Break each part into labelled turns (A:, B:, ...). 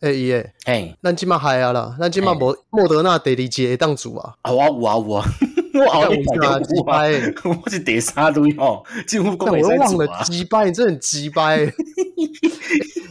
A: 诶伊诶，
B: 嘿，
A: 哎咱即马害啊啦，咱即
B: 哎
A: 马无莫德纳第二季会当主啊，
B: 啊我 有啊有啊，我后
A: 干
B: 面
A: 有啥
B: 有
A: 鸡
B: 啊，
A: 掰的？
B: 我 是第三队吼，政府
A: 但我
B: 讲袂
A: 都
B: 使
A: 忘
B: 做
A: 了
B: 啊，
A: 鸡掰，你真的很鸡 掰。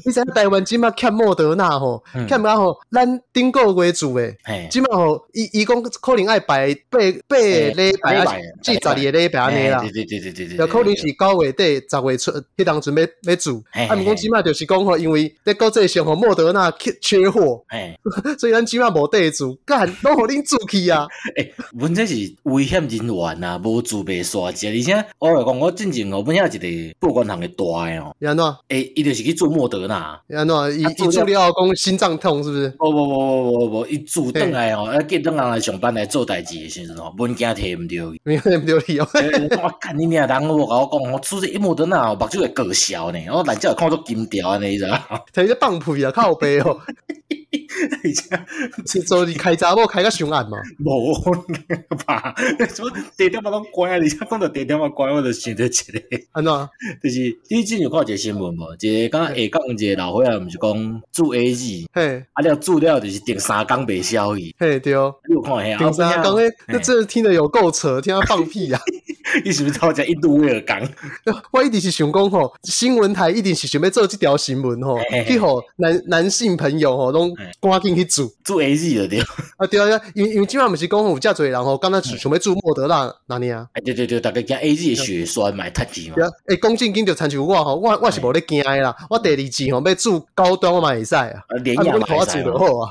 A: 你知影台湾即马欠莫德纳吼，
B: 嗯哎
A: 欠啊吼，咱顶个月做诶，
B: 嘿，
A: 即马吼，伊伊讲可能爱排八八个礼拜，
B: 哎礼
A: 啊
B: 拜
A: 至十二个礼拜安尼啦
B: 啊嘿。对对对对
A: 有
B: 对，对哎
A: 可能是九月底、十月初，迄当准备要做，
B: 嘿
A: 啊，
B: 嘿
A: 毋讲即马就是讲吼，因为咧国际上吼莫德纳缺缺货，
B: 嘿，
A: 所以咱即马无地做，干拢互恁做去啊！
B: 诶，阮这是危险人员啊，无自备刷者，而且我来讲，我进前哦，阮遐一个报关行的大诶哦，
A: 是安怎？
B: 诶，伊就是去做莫德纳。
A: 是安怎？伊
B: 啊
A: 伊做了后讲心脏痛是不是？
B: 无无无无无无，伊自转来哦，啊，计转人来上班来做代志诶时阵哦，文件摕毋
A: 没有没有 理由。
B: 着。我干你娘，人我甲我讲，我出这一模等啊，目睭会过笑呢，我人只会看做金条安尼，你知道吗？
A: 摕只放屁啊，靠背哦！
B: 而且
A: 是做你开查某开甲上岸嘛？
B: 无吧，什么地点嘛拢乖啊，而且讲到地点嘛乖，我就想到一个，
A: 安怎？
B: 就是你之前有看一个新闻无？一个刚下港一个老伙仔，毋是讲做 A G，
A: 嘿
B: 啊了做了就是定三工袂消去，
A: 嘿对哦，
B: 你有看遐？
A: 顶三讲诶，那真的听得有够扯，听他放屁啊！
B: 伊是毋是偷食印度威尔刚？
A: 我一直是想讲吼，新闻台一定是想要做这条新闻吼
B: 嘿嘿，
A: 去互男男性朋友吼，拢
B: 嘿
A: 赶紧去做
B: 做 A G 就对了。
A: 啊！对啊，因为因为今晚毋是讲有遮侪人吼，敢若想要做莫德纳哪尼啊？
B: 哎，对对对，大家惊 A G 的血栓嘛，太急嘛
A: 对。啊，诶，讲正经就参像我吼，我我是无咧惊诶啦，我第二季吼要做高端我嘛会使啊，
B: 啊，连
A: 啊，
B: 夜
A: 无你
B: 嘛
A: 互我
B: 会
A: 做
B: 使
A: 就
B: 嘛，
A: 好啊。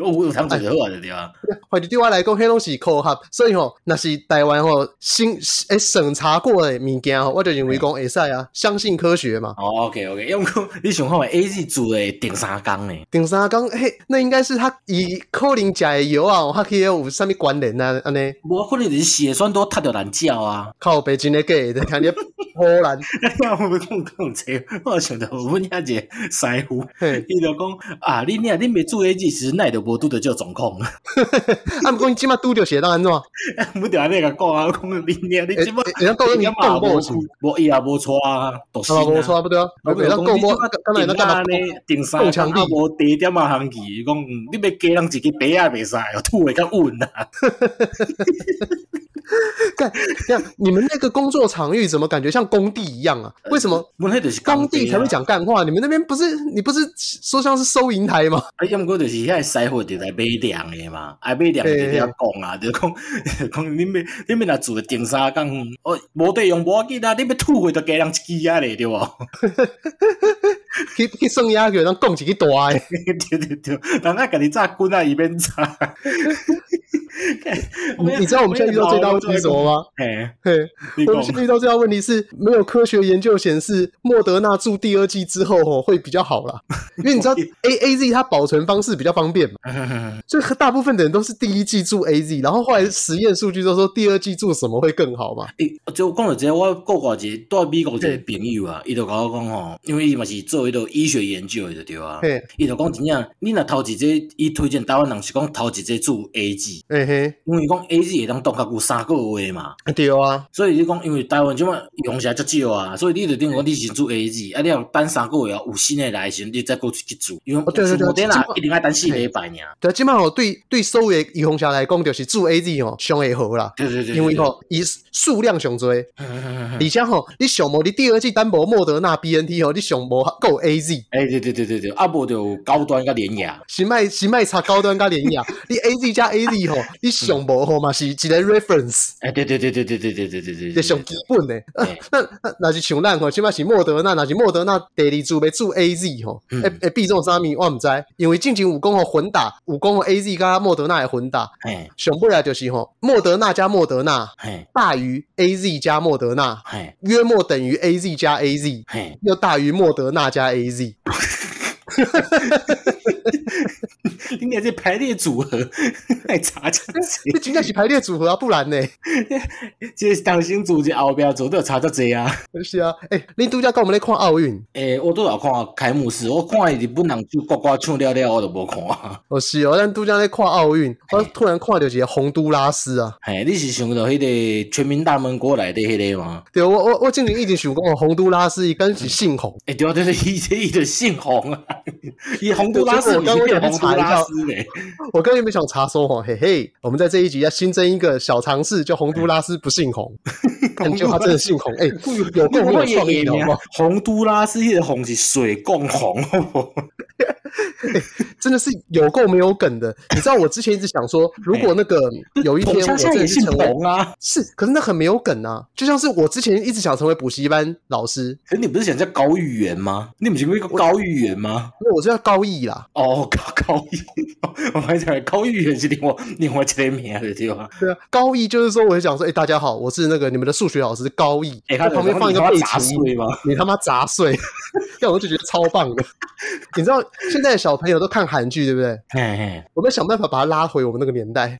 B: 我有通做就好啊，对吧？
A: 反正对我来讲，迄拢是科学，所以吼，若是台湾吼审诶审查过诶物件吼，哦我就认为讲会使啊，相信科学嘛。
B: 哦，OK OK，因为你想看嘛，A G 做的顶三工呢？
A: 顶三讲，嘿，那应该是他以可能食诶药啊，他去有啥物关联啊？安尼
B: 无可能就是血栓都踢到人鸟 啊！
A: 靠北京诶假的，听你波兰，
B: 你啊，我们讲讲这，我想到阮遐一个师傅，
A: 嘿，
B: 伊就讲啊，你啊，你没做 A G 时，那就无拄着这状况。
A: 啊，毋过你即马拄着是会当安怎？
B: 我就安尼甲讲啊，讲你啊，你
A: 会
B: 即摆
A: 会当讲你共谋 是，
B: 无伊也无错啊，独身
A: 啊，无
B: 啊。
A: 错不对啊，
B: 我
A: 会当共谋，敢若会当干嘛？
B: 呢？定三枪啊，无地点啊，行去讲，嗯你要加人一个白啊，袂使 哦，吐会较稳啊。
A: 这样你们那个工作场域怎么感觉像工地一样啊？为什么？
B: 阮迄就是
A: 工地
B: 地
A: 才会，讲干话，你们那边不是你不是说像是收银台吗？
B: 啊，要毋过就是遐师傅就来买凉的嘛，啊买凉就遐讲啊，就讲讲你要你要若做定三讲，哦，无地用无要紧啊，你要吐会就加人一支啊咧，对无？
A: 去去算鸦片，咱讲一个大诶，
B: 对对对，人啊家己炸滚啊，伊免炸。
A: 你你知道我们现在遇到最大问题是什么吗？
B: 嘿？
A: 嘿，
B: 你
A: 我
B: 讲
A: 们现在遇到最大问题是没有科学研究显示莫德纳注第二剂之后哦会比较好啦，因为你知 道 A A Z 它保存方式比较方便嘛，所以大部分的人都是第一剂注 A Z，然后后来实验数据都说第二剂注什么会更好 嘛。
B: 诶、就讲到这个，我国外一个在美国一个朋友啊，伊就甲我讲吼，因为伊嘛是做迄个医学研究的就对啊，
A: 嘿，
B: 伊就讲真正，你若头一个，伊推荐台湾人是讲头一个做 A G，
A: 嘿嘿，
B: 因为讲 A G 会当当较久三个月嘛，
A: 对啊，
B: 所以你讲因为台湾即满用起来较少啊，所以你就等于讲你先做 A G，啊，你要等三个月啊，有新的来的时候，你再过去去做，因为
A: 哦对对对
B: 像我顶
A: 这
B: 啦
A: 这
B: 一定要等四礼拜尔，
A: 对啊，基本上对对收的预防下来讲，就是注 A Z 哦，上会好啦，
B: 对对对，
A: 因为
B: 对，
A: 吼伊数量上多。
B: 对嗯嗯嗯嗯
A: 而且吼，你上无你第二季单无莫德纳 B N T 吼，你上无够 A Z，
B: 哎、对对对对对，啊，无就高端甲廉价。
A: 是卖是卖差高端甲廉 雅，啊你 A Z 加 A Z 吼，你上无吼嘛
B: 嗯
A: 是一个 reference，
B: 哎，对对对对对对对对对对，嗯
A: 这上基本的。啊
B: 对
A: 那那那是像咱吼，即码是莫德纳，若是莫德纳第二组要注 A Z 吼，
B: 嗯
A: 会会变做啥物我毋知，因为进前有讲吼混打，有讲吼 A Z 加莫德纳的混打，
B: 嘿，
A: 上尾来就是吼莫德纳加莫德纳
B: 嘿，
A: 大于 A Z 加莫德纳，
B: 嘿，
A: 约莫等于 A Z 加 A Z。
B: 嘿，
A: 又大于莫德纳加 A Z。
B: 你俩这排列组合 来查查谁？
A: 这真正是排列组合啊，不然呢？
B: 这当先组这后边组都查到这啊。
A: 是啊，诶、欸，你拄则讲我们咧看奥运，
B: 诶、我都有看开幕式，我看伊日本人就呱呱唱了了，我都无看 啊。
A: 哦是哦，咱拄则咧看奥运，我突然看到一个洪都拉斯啊，
B: 嘿，你是想到迄个全民大闷锅内底迄个吗？
A: 对我我我之前一直想讲，哦洪都拉斯伊敢是姓洪，
B: 诶、对啊，对对，伊这伊就姓洪啊， 伊洪都拉斯，
A: 我刚刚
B: 变
A: 有去
B: 洪都
A: 查一
B: 拉
A: 下
B: 斯嘞。
A: 我刚原本想查说哦，嘿嘿，我们在这一集要新增一个小尝试，叫洪都拉斯不姓 洪，但就他真的姓洪，哎、有够没有创意的哦好不 好？
B: 洪都拉斯迄个洪是水共洪，好不好
A: 真的是有够没有梗的。你知道我之前一直想说，如果那个有一天
B: 彭
A: 我
B: 恰恰
A: 真
B: 也
A: 的是
B: 姓
A: 成为
B: 彭啊。
A: 是，可是那很没有梗啊，就像是我之前一直想成为补习班老师，
B: 可是你不是想叫高玉元吗？你不是那个高玉元吗？
A: 因为我是要高一啦，
B: 哦， 高高玉，我还想高玉元是另外另外一个名的对吧？
A: 对啊，高一就是说我会想说，哎、大家好，我是那个你们的数学老师高一，
B: 哎、
A: 在
B: 他
A: 旁边放一个
B: 他
A: 背
B: 砸
A: 景音
B: 碎 吗？
A: 你他妈砸碎， 但我就觉得超棒的。 你知道现在的小朋友都看韩剧，对不对？
B: 嘿嘿，
A: 我们想办法把它拉回我们那个年代，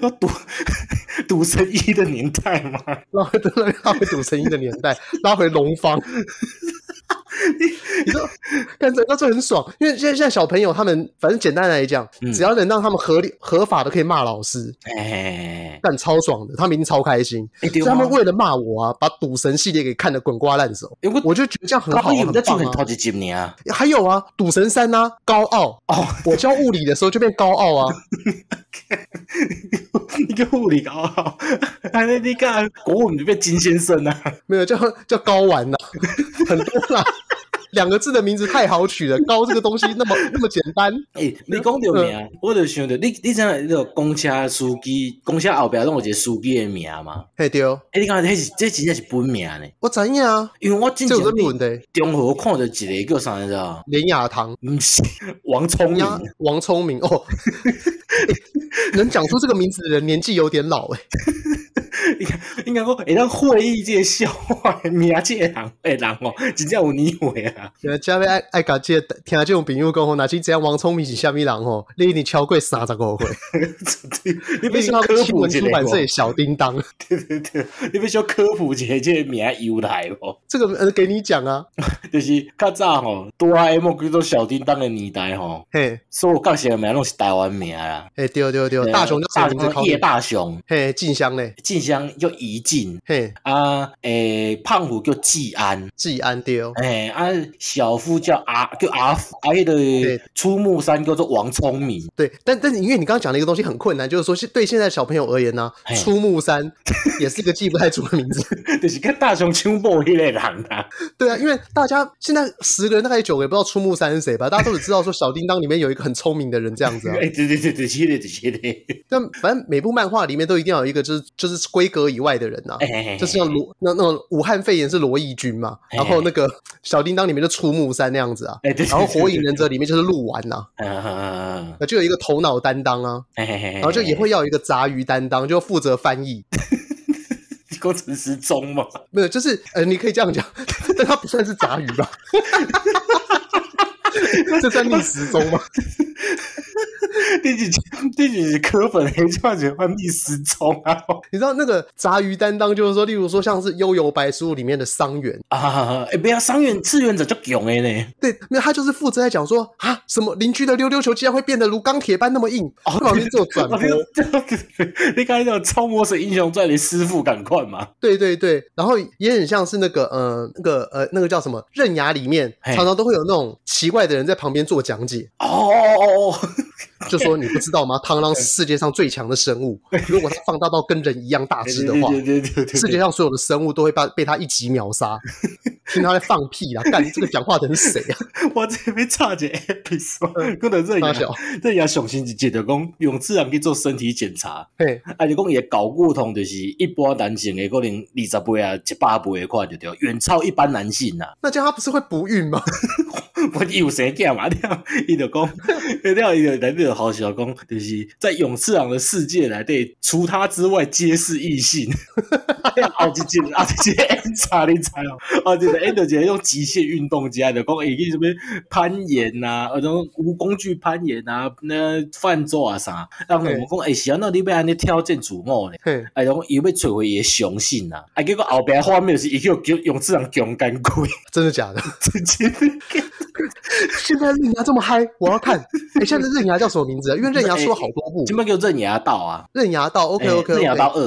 B: 要赌赌神医的年代吗？
A: 拉回 拉回赌神一的年代，拉回龙 方。你知道，看这那这很爽，因为现在现在小朋友他们，反正简单来讲，
B: 嗯
A: 只要能让他们合理合法的可以骂老师，
B: 嘿嘿，
A: 干超爽的，他们一定超开心。
B: 哎、对
A: 所以他
B: 吗？
A: 们为了骂我啊，把赌神系列给看得滚瓜烂熟，
B: 哎、我
A: 我就觉得这样很好
B: 高
A: 啊，
B: 玉元在
A: 很
B: 做
A: 棒
B: 很
A: 啊。
B: 头一集呢啊。
A: 还有啊，赌神三啊，高傲，
B: 哦，
A: 我教物理的时候就变高傲啊，
B: 你个护理高好， 安尼你讲国文就变金先生啊，
A: 没有叫叫高玩呐、啊很多啦。 两个字的名字太好取了，高这个东西那么那么简单，
B: 诶、哎你讲着名，我就想着你，你知影迄个公车司机，公车后壁拢有一个司机的名嘛？
A: 嘿对哦，
B: 诶、你讲迄是这真正是本名呢，
A: 我怎样啊？
B: 因为我之
A: 这
B: 前
A: 有什么
B: 伫
A: 问题？
B: 中和看着一个叫啥你知道？
A: 连雅堂
B: 毋是 王聪明，
A: 呀，王聪明哦， 欸能讲出这个名字的人年纪有点老哎、
B: 应该讲会当会议这个笑话 的名这个人诶人哦，真正有你话啊！
A: 欸，加倍爱爱感谢听这种朋友讲吼，哪去这样王聪明是虾米人吼？你一定超过三十五岁，
B: 你必
A: 你
B: 须
A: 是
B: 要
A: 要
B: 科
A: 新
B: 普
A: 闻
B: 一下
A: 出版社的
B: 哦，
A: 小叮当，
B: 对 对对，你必须要科普一下这个名由来哦。
A: 这个呃给你讲啊，
B: 就是较早吼，哆啦 A 梦叫做小叮当的年代吼，
A: 嘿，
B: 所有角色的名拢是台湾名啦。
A: 嘿对哦对对，大雄叫什
B: 啊大
A: 么名字
B: 雄
A: 考
B: 叶
A: 你？
B: 大雄，
A: 嘿，静香嘞，
B: 静香叫怡静
A: 嘿，
B: 啊，诶、胖虎叫季安，
A: 季安对哦，
B: 诶、啊，小夫叫阿叫阿福，啊，迄、个
A: 对
B: 出木山叫做王聪明，
A: 对，但但因为你刚刚讲的一个东西很困难，就是说是对现在小朋友而言呢、
B: 嘿
A: 出木山也是一个记不太住的名字。
B: 就是跟大雄抢某迄个人啦、
A: 对啊，因为大家现在十个人大概有九个也不知道出木山是谁吧，大家都只知道说小叮当里面有一个很聪明的人这样子
B: 诶
A: 啊。
B: 对对对对，是迄个就是迄个，
A: 但反正每部漫画里面都一定要有一个就是就是规格以外的人呐、啊。
B: 诶、
A: 就是像罗那那种武汉肺炎是罗毅军嘛，
B: 嘿
A: 然后那个小叮当里面就出木山那样子啊，
B: 诶、对，
A: 然后火影忍者里面就是鹿丸 呐、
B: 啊啊啊，
A: 啊，就有一个头脑担当啊，
B: 然
A: 然后就也会要有一个杂鱼担当，就负责翻译，
B: 工程师中嘛。
A: 没有，就是呃，你可以这样讲， 但它不算是杂鱼吧？ 这算逆时钟吗？
B: 你是你是科粉黑串子换逆时钟啊！
A: 你知道那个杂鱼担当，就是说，例如说像是《幽游白书》里面的伤员，
B: 啊，哎、不要伤员志愿者就强的呢。
A: 对，没有他就是负责在讲说啊，什么邻居的溜溜球竟然会变得如钢铁般那么硬，
B: 哦
A: 他旁边做转播
B: 我，你刚才那种超模式英雄传的师傅，赶快嘛！
A: 对对对，然后也很像是那个呃那个呃那个叫什么刃牙里面，
B: 嘿
A: 常常都会有那种奇怪的人在旁边做讲解，
B: 哦哦哦，
A: 就说你不知道吗？螳螂是世界上最强的生物，如果它放大到跟人一样大只的话，
B: 对对对对对，
A: 世界上所有的生物都会被被它一击秒 杀。听他在放屁啦！干这个讲话的人是谁啊？
B: 我这边差一个 episode，跟着这
A: 大
B: 样
A: 小，
B: 这样雄心一记着讲，永志人去做身体检查，
A: 嘿，
B: 啊，就讲伊搞固酮就是一般男性的可能二十倍啊、一百倍的款就对了，远超一般男性啊。
A: 那这样他不是会不孕吗？
B: 我有谁干嘛 了？伊就讲，了伊就来面就好笑讲，就是在勇次郎的世界来对，除他之外皆是异性。 啊，这这啊，这这 N 叉 你猜哦，啊，这个 N 就是用极限运动家的，讲诶，去什么攀岩呐，啊，种无工具攀岩呐，那泛舟啊啥，让我们讲诶，是啊，那你要安尼挑战主谋呢？
A: 嘿，
B: 哎，然后伊要找回伊的雄性呐，啊，结果后边画面是伊叫勇次郎强奸鬼，
A: 真的假的？
B: 直接。
A: 现在刃牙这么嗨，我要 看。哎，现在刃牙叫什么名 字啊？因为刃牙出了好多部
B: 今，麦叫刃牙道啊
A: 刃哎牙道 OK
B: 哎
A: OK
B: 刃牙
A: OK
B: 道。二，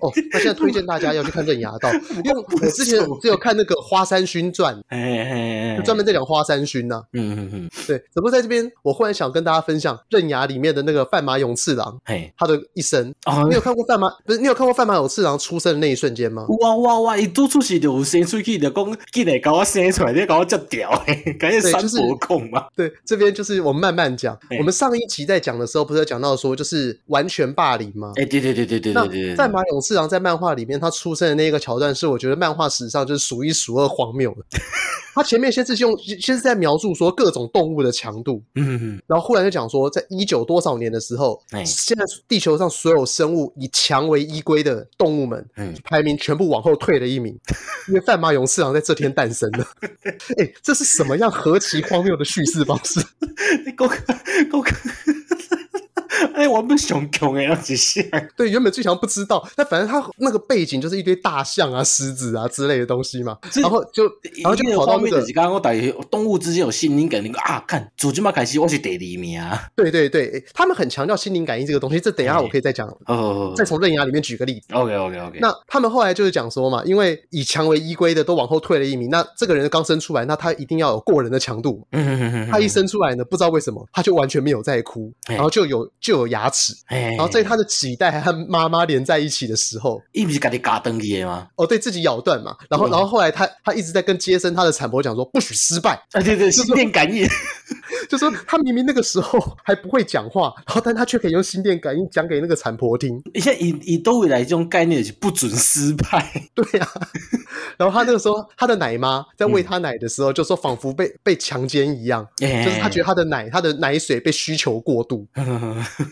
A: 哦，那现在推荐大家要去看刃牙 道，因为
B: 不
A: 我之前
B: 错
A: 只有看那个《花山勋传》，
B: 哎哎哎
A: 就，专门在讲花山勋呐、
B: 嗯嗯嗯，
A: 对，只不过在这边，我忽然想跟大家分享《刃牙》里面的那个范马勇次郎
B: 嘿，
A: 他的一生。
B: 啊，
A: 你有看过范马？不是，你有看过范马勇次郎出生的那一瞬间吗？
B: 哇哇啊哇！伊拄出世就有生出去，就讲竟然甲我生出来，你甲我接掉，感觉
A: 对
B: 三
A: 就是
B: 伯控嘛。
A: 对，这边就是我们慢慢讲
B: 哎。
A: 我们上一集在讲的时候，不是有讲到说就是完全霸凌吗？
B: 哎，对对对对对对对
A: 那
B: 对，
A: 在马勇次郎在漫画里面，他出生的那个桥段是我觉得漫画史上就是数一数二荒谬的。他前面先是用先是在描述说各种动物的强度，
B: 嗯，
A: 然后忽然就讲说，在一九多少年的时候，
B: 哎
A: 现在地球上所有生物以强为依归的动物们，
B: 嗯
A: 排名全部往后退了一名，因为范马勇次郎在这天诞生了。 哎、这是什么样何其荒谬的叙事方式？
B: 你讲讲，哎，我们上强诶，那一下，
A: 对，原本最强不知道，但反正他那个背景就是一堆大象啊、狮子啊之类的东西嘛，
B: 这
A: 然后就然后就
B: 那个
A: 跑
B: 画
A: 到那
B: 面
A: 个
B: 就是刚刚我大家动物之间有心灵感，你讲啊，看，从即马开始我是第二名啊，
A: 对对对，诶他们很强调心灵感应这个东西，这等一下我可以再讲，
B: 哦
A: 再从刃牙里面举个例子。
B: ，OK OK OK，
A: 那他们后来就是讲说嘛，因为以强为依归的都往后退了一名，那这个人刚生出来，那他一定要有过人的强度。
B: 嗯
A: 他一生出来呢，不知道为什么他就完全没有在哭，
B: 嘿
A: 然后就有就有牙齿，
B: 然
A: 然后在他的脐带还和妈妈连在一起的时候，
B: 伊毋是家己加登去诶吗？
A: 哦，对自己咬断嘛，然后
B: 嗯
A: 然后后来他他一直在跟接生他的产婆讲说不许失败，
B: 啊，对对，心电感应，
A: 就说他明明那个时候还不会讲话，然后但他却可以用心电感应讲给那个产婆听，
B: 而且 以以都未来这种概念是不准失败。
A: 对啊，然后他那个时 候他的奶妈在
B: 嗯
A: 喂他奶的时候，就说仿佛被被强奸一样。就是
B: 哎
A: 他觉得他的奶，他的奶水被需求过度，
B: 得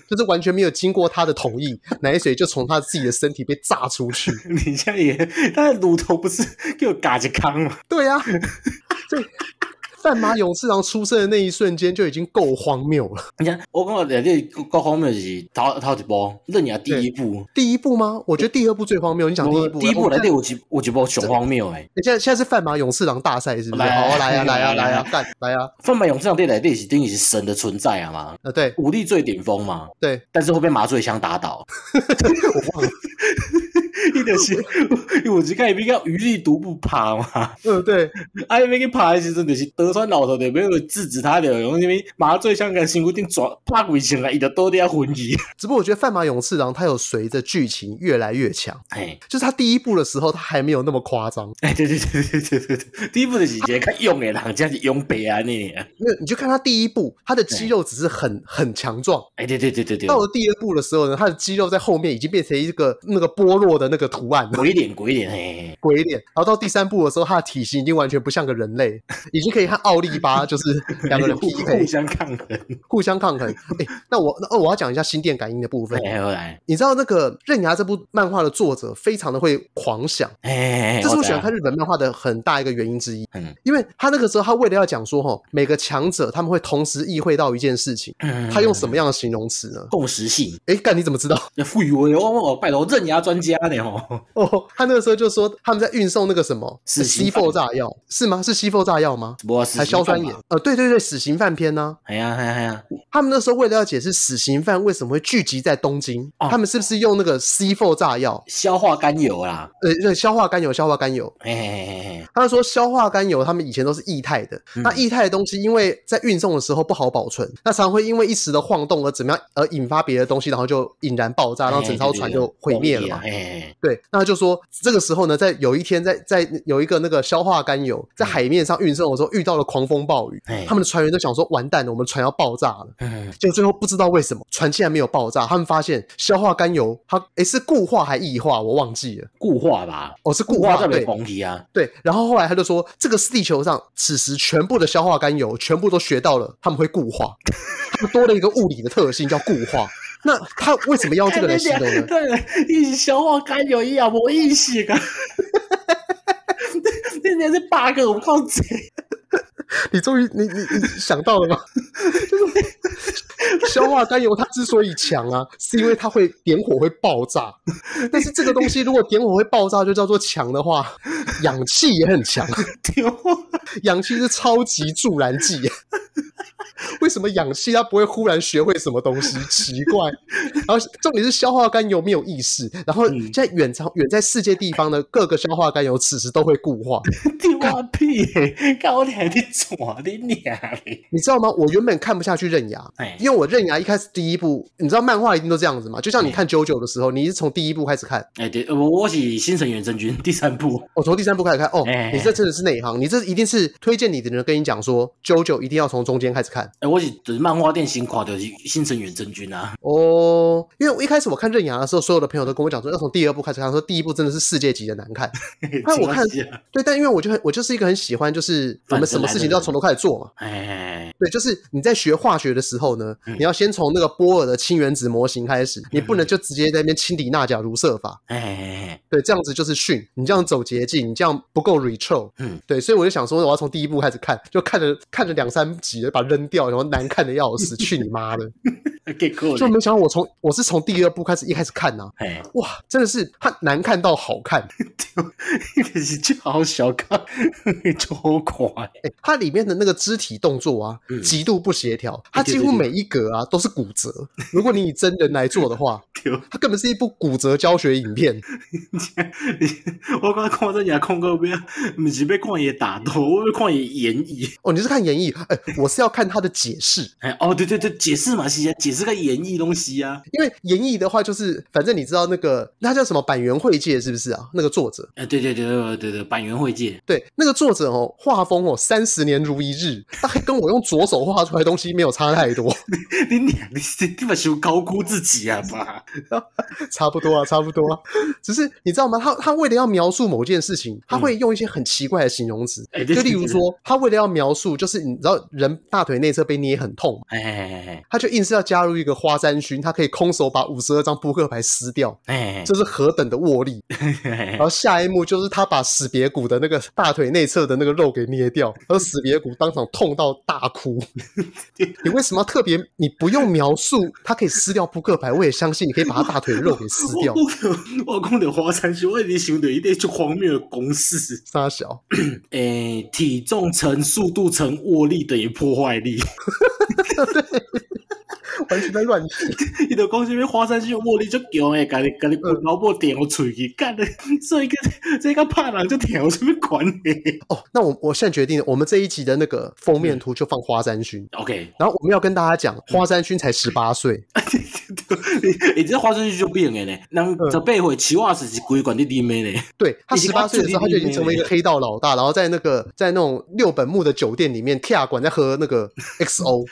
A: 就是完全没有经过他的同意，奶水就从他自己的身体被炸出去。
B: 你现在也，但是乳头不是给我嘎着康吗？
A: 对 呀、啊，所以范马勇次郎出生的那一瞬间就已经够荒谬了。
B: 你看，我讲的这各方面是头头一步，论你第一步，
A: 第一部吗？我觉得第二部最荒谬。你讲第一部，
B: 第一步来
A: 来
B: 对我一我一部上荒谬诶。
A: 现在现在是范马勇次郎大赛是不是？好
B: 来
A: 啊，来啊，来啊，
B: 来
A: 来
B: 来
A: 啊，干来啊！
B: 贩卖勇这样对来对是等于是神的存在啊嘛，
A: 呃，对
B: 武力最顶峰嘛，
A: 对，
B: 但是会被麻醉枪打 倒。
A: 我忘了，
B: 伊 就是，我只看伊比较余力独步爬嘛。
A: 嗯，对，
B: 啊，伊要去拍的时阵，就是德川老头就没有制止他，就用什么麻醉枪跟身躯顶抓拍鬼枪啊，伊就倒伫遐昏去。
A: 只不过我觉得范马勇次郎他有随着剧情越来越强，
B: 嘿，
A: 就是他第一部的时候他还没有那么夸张，
B: 哎，对对对对对对对，第一部就是一个较勇的人，真是勇白啊你。
A: 因为你就看他第一部他的肌肉只是很很强壮，
B: 哎，对对对对对，
A: 到了第二部的时候呢，他的肌肉在后面已经变成一个那个剥落的那个图案了。
B: 鬼脸鬼脸，嘿，
A: 鬼脸，然后到第三部的时候，他的体型已经完全不像个人类，已经可以和奥利巴就是两个人
B: 互
A: PK
B: 互 相抗衡。
A: 互相抗衡。哎，那我那哦，我要讲一下心电感应的部分。
B: 哎，后来，
A: 你知道那个《刃牙》这部漫画的作者非常的会狂想，
B: 哎，
A: 这是我喜
B: 知道
A: 欢看日本漫画的很大一个原因之一。
B: 嗯
A: 因为他那个时候他为了要讲说吼，每个强者他们会同时意会到一件事情，
B: 嗯
A: 他用什么样的形容词呢？
B: 共识性？
A: 哎，干你怎么知道？
B: 富裕我我我拜托刃牙专家呢吼，
A: 哦，他那个时候就说他们在运送那个什么
B: 死刑
A: C
B: 犯
A: four 炸药，是吗？是 C four 炸药吗？
B: 无是
A: 还硝酸盐？呃，对对对，死刑犯片呢、
B: 哎呀哎呀哎呀，
A: 他们那时候为了要解释死刑犯为什么会聚集在东京，
B: 哦
A: 他们是不是用那个 C four 炸药？
B: 消化甘油啦，
A: 呃，对，消化甘油，消化甘油。
B: 哎哎哎
A: 他们说消化甘油，他们以前都是液态的。
B: 嗯
A: 那液态的东西，因为在运送的时候不好保存，那常会因为一时的晃动而怎么样，而引发别的东西，然后就引燃爆炸，
B: 哎，
A: 让整艘船就毁灭了嘛。
B: 哎哎哎
A: 对，那就说这个时候呢，在有一天在在有一个那个消化甘油在海面上运送的时候遇到了狂风暴雨
B: 嗯哎，
A: 他们的船员都想说完蛋了，我们船要爆炸了。就最后不知道为什么船竟然没有爆炸，他们发现硝化甘油它诶是固化还液化，我忘记了，
B: 固化吧，
A: 哦是固
B: 固化
A: 化
B: 代表
A: 对
B: 黄皮啊，
A: 对。然后后来他就说，这个是地球上此时全部的硝化甘油全部都学到了，他们会固化，他们多了一个物理的特性叫固化。那他为什么哦要用这个来形容呢？
B: 对，一直消化甘油一啊，无意识啊。 那那是 bug，我靠贼！
A: 你终于你你你想到了吗？ 就是硝化甘油它之所以强啊，是因为它会点火会爆炸。但是这个东西如果点火会爆炸就叫做强的话，氧气也很强。啊
B: 丢
A: 氧气是超级助燃剂。为什么氧气它不会忽然学会什么东西？奇怪。然后重点是消化甘油没有意识，然后
B: 嗯
A: 现在远长远在世界地方的各个消化甘油此时都会固化。
B: 丢啊 屁耶！看我脸你抓你娘嘞！
A: 你知道吗？我原本看不下去刃牙，
B: 哎，
A: 因为我刃牙一开始第一部，你知道漫画一定都这样子嘛？就像你
B: 嗯
A: 看九九的时候，你是从第一部开始看，
B: 哎对，我我是新成员真君第三部，
A: 我从第三部开始看。哦
B: 哎，
A: 你这真的是内行，你这一定是推荐你的人跟你讲说，九九一定要从中间开始看。
B: 哎我是就是漫画店新看的是新成员真君啊，
A: 哦，因为我一开始我看《刃牙》的时候，所有的朋友都跟我讲说要从第二部开始看，说第一部真的是世界级的难 看。那我 看
B: 真的是啊
A: 对，但因为我就很我就是一个很喜欢，就是我们什么事情都要从头开始做嘛。
B: 哎，
A: 对，就是你在学化学的时候呢，
B: 嗯
A: 你要先从那个波尔的氢原子模型开始，你不能就直接在那边氢迪钠钾如射法。
B: 哎哎，哎
A: 对，这样子就是训，你这样走捷径，你这样不够 retro。
B: 嗯，
A: 对，所以我就想说，我要从第一部开始看，就看着看着两三集，把它扔掉，然后难看的要死，去你妈 的！
B: 哎结果
A: 就
B: 嘞
A: 没想到我从我是从第二部开始一开始看呐、
B: 哎，
A: 哇，真的是它难看到好看。
B: 可是就好小看， 就好看。
A: 哎，它里面的那个肢体动作啊
B: 嗯，
A: 极度不协调，它
B: 对
A: 几
B: 对
A: 乎
B: 对
A: 每一格啊都是骨折。如果你以真人来做的话，
B: 对
A: 它根本是一部骨折教学影片。
B: 你我刚看这也看过不要，不是要看伊打斗，我要看伊演绎。
A: 哦，你是看演绎？哎，我是要看它的解释，
B: 哎，哦，对对对，解释嘛是啊，解释个演绎东西啊。
A: 因为演绎的话就是，反正你知道那个那叫什么板垣惠介是不是啊？那个作者。
B: 哎，对对对对对对，板垣惠介，
A: 对，那个作者哦，画风哦，三十年如一日，大概跟我用左手画出来的东西没有差太多，
B: 你娘你你你把修高估自己啊吧？
A: 差不多啊，差不多啊。只是你知道吗？他他为了要描述某件事情，他会用一些很奇怪的形容词，
B: 哎，
A: 就例如，说，他为了要描述，就是你知道人大腿内侧被捏很痛嘛，
B: 哎哎
A: 他就硬是要加入一个花山勋，他可以空手把五十二张扑克牌撕掉，
B: 哎
A: 这是何等的握力！然后下一幕就是他把史别谷的那个大腿内侧的那个肉给捏掉，而史别谷当场痛到大哭。你为什么要特别？你不用描述，他可以撕掉扑克牌，我也相信你可以把他大腿肉给撕掉。
B: 我我讲到华山兄，我你想到一个就荒谬的公式，
A: 傻小，
B: 诶、哎体重乘速度乘握力等于破坏力。
A: 完全在乱写。
B: 伊就讲啥物花生秀茉莉足强诶，家己家己
A: 嗯
B: 骨头尾掉喙去，干嘞，所以个这个拍人就掉有啥物关系
A: 哦，那我我现在决定，我们这一集的那个封面图就放花山勋。
B: ？OK，
A: 然后我们要跟大家讲，花山勋才十八岁，
B: 你这花生秀就变诶呢，人
A: 嗯
B: 十八岁起袜子是规管你啉诶呢，
A: 对他
B: 已经
A: 十八岁的时候，他就已经成为一个黑道老大，然后在那个在那种六本木的酒店里面跳馆在喝那个 XO，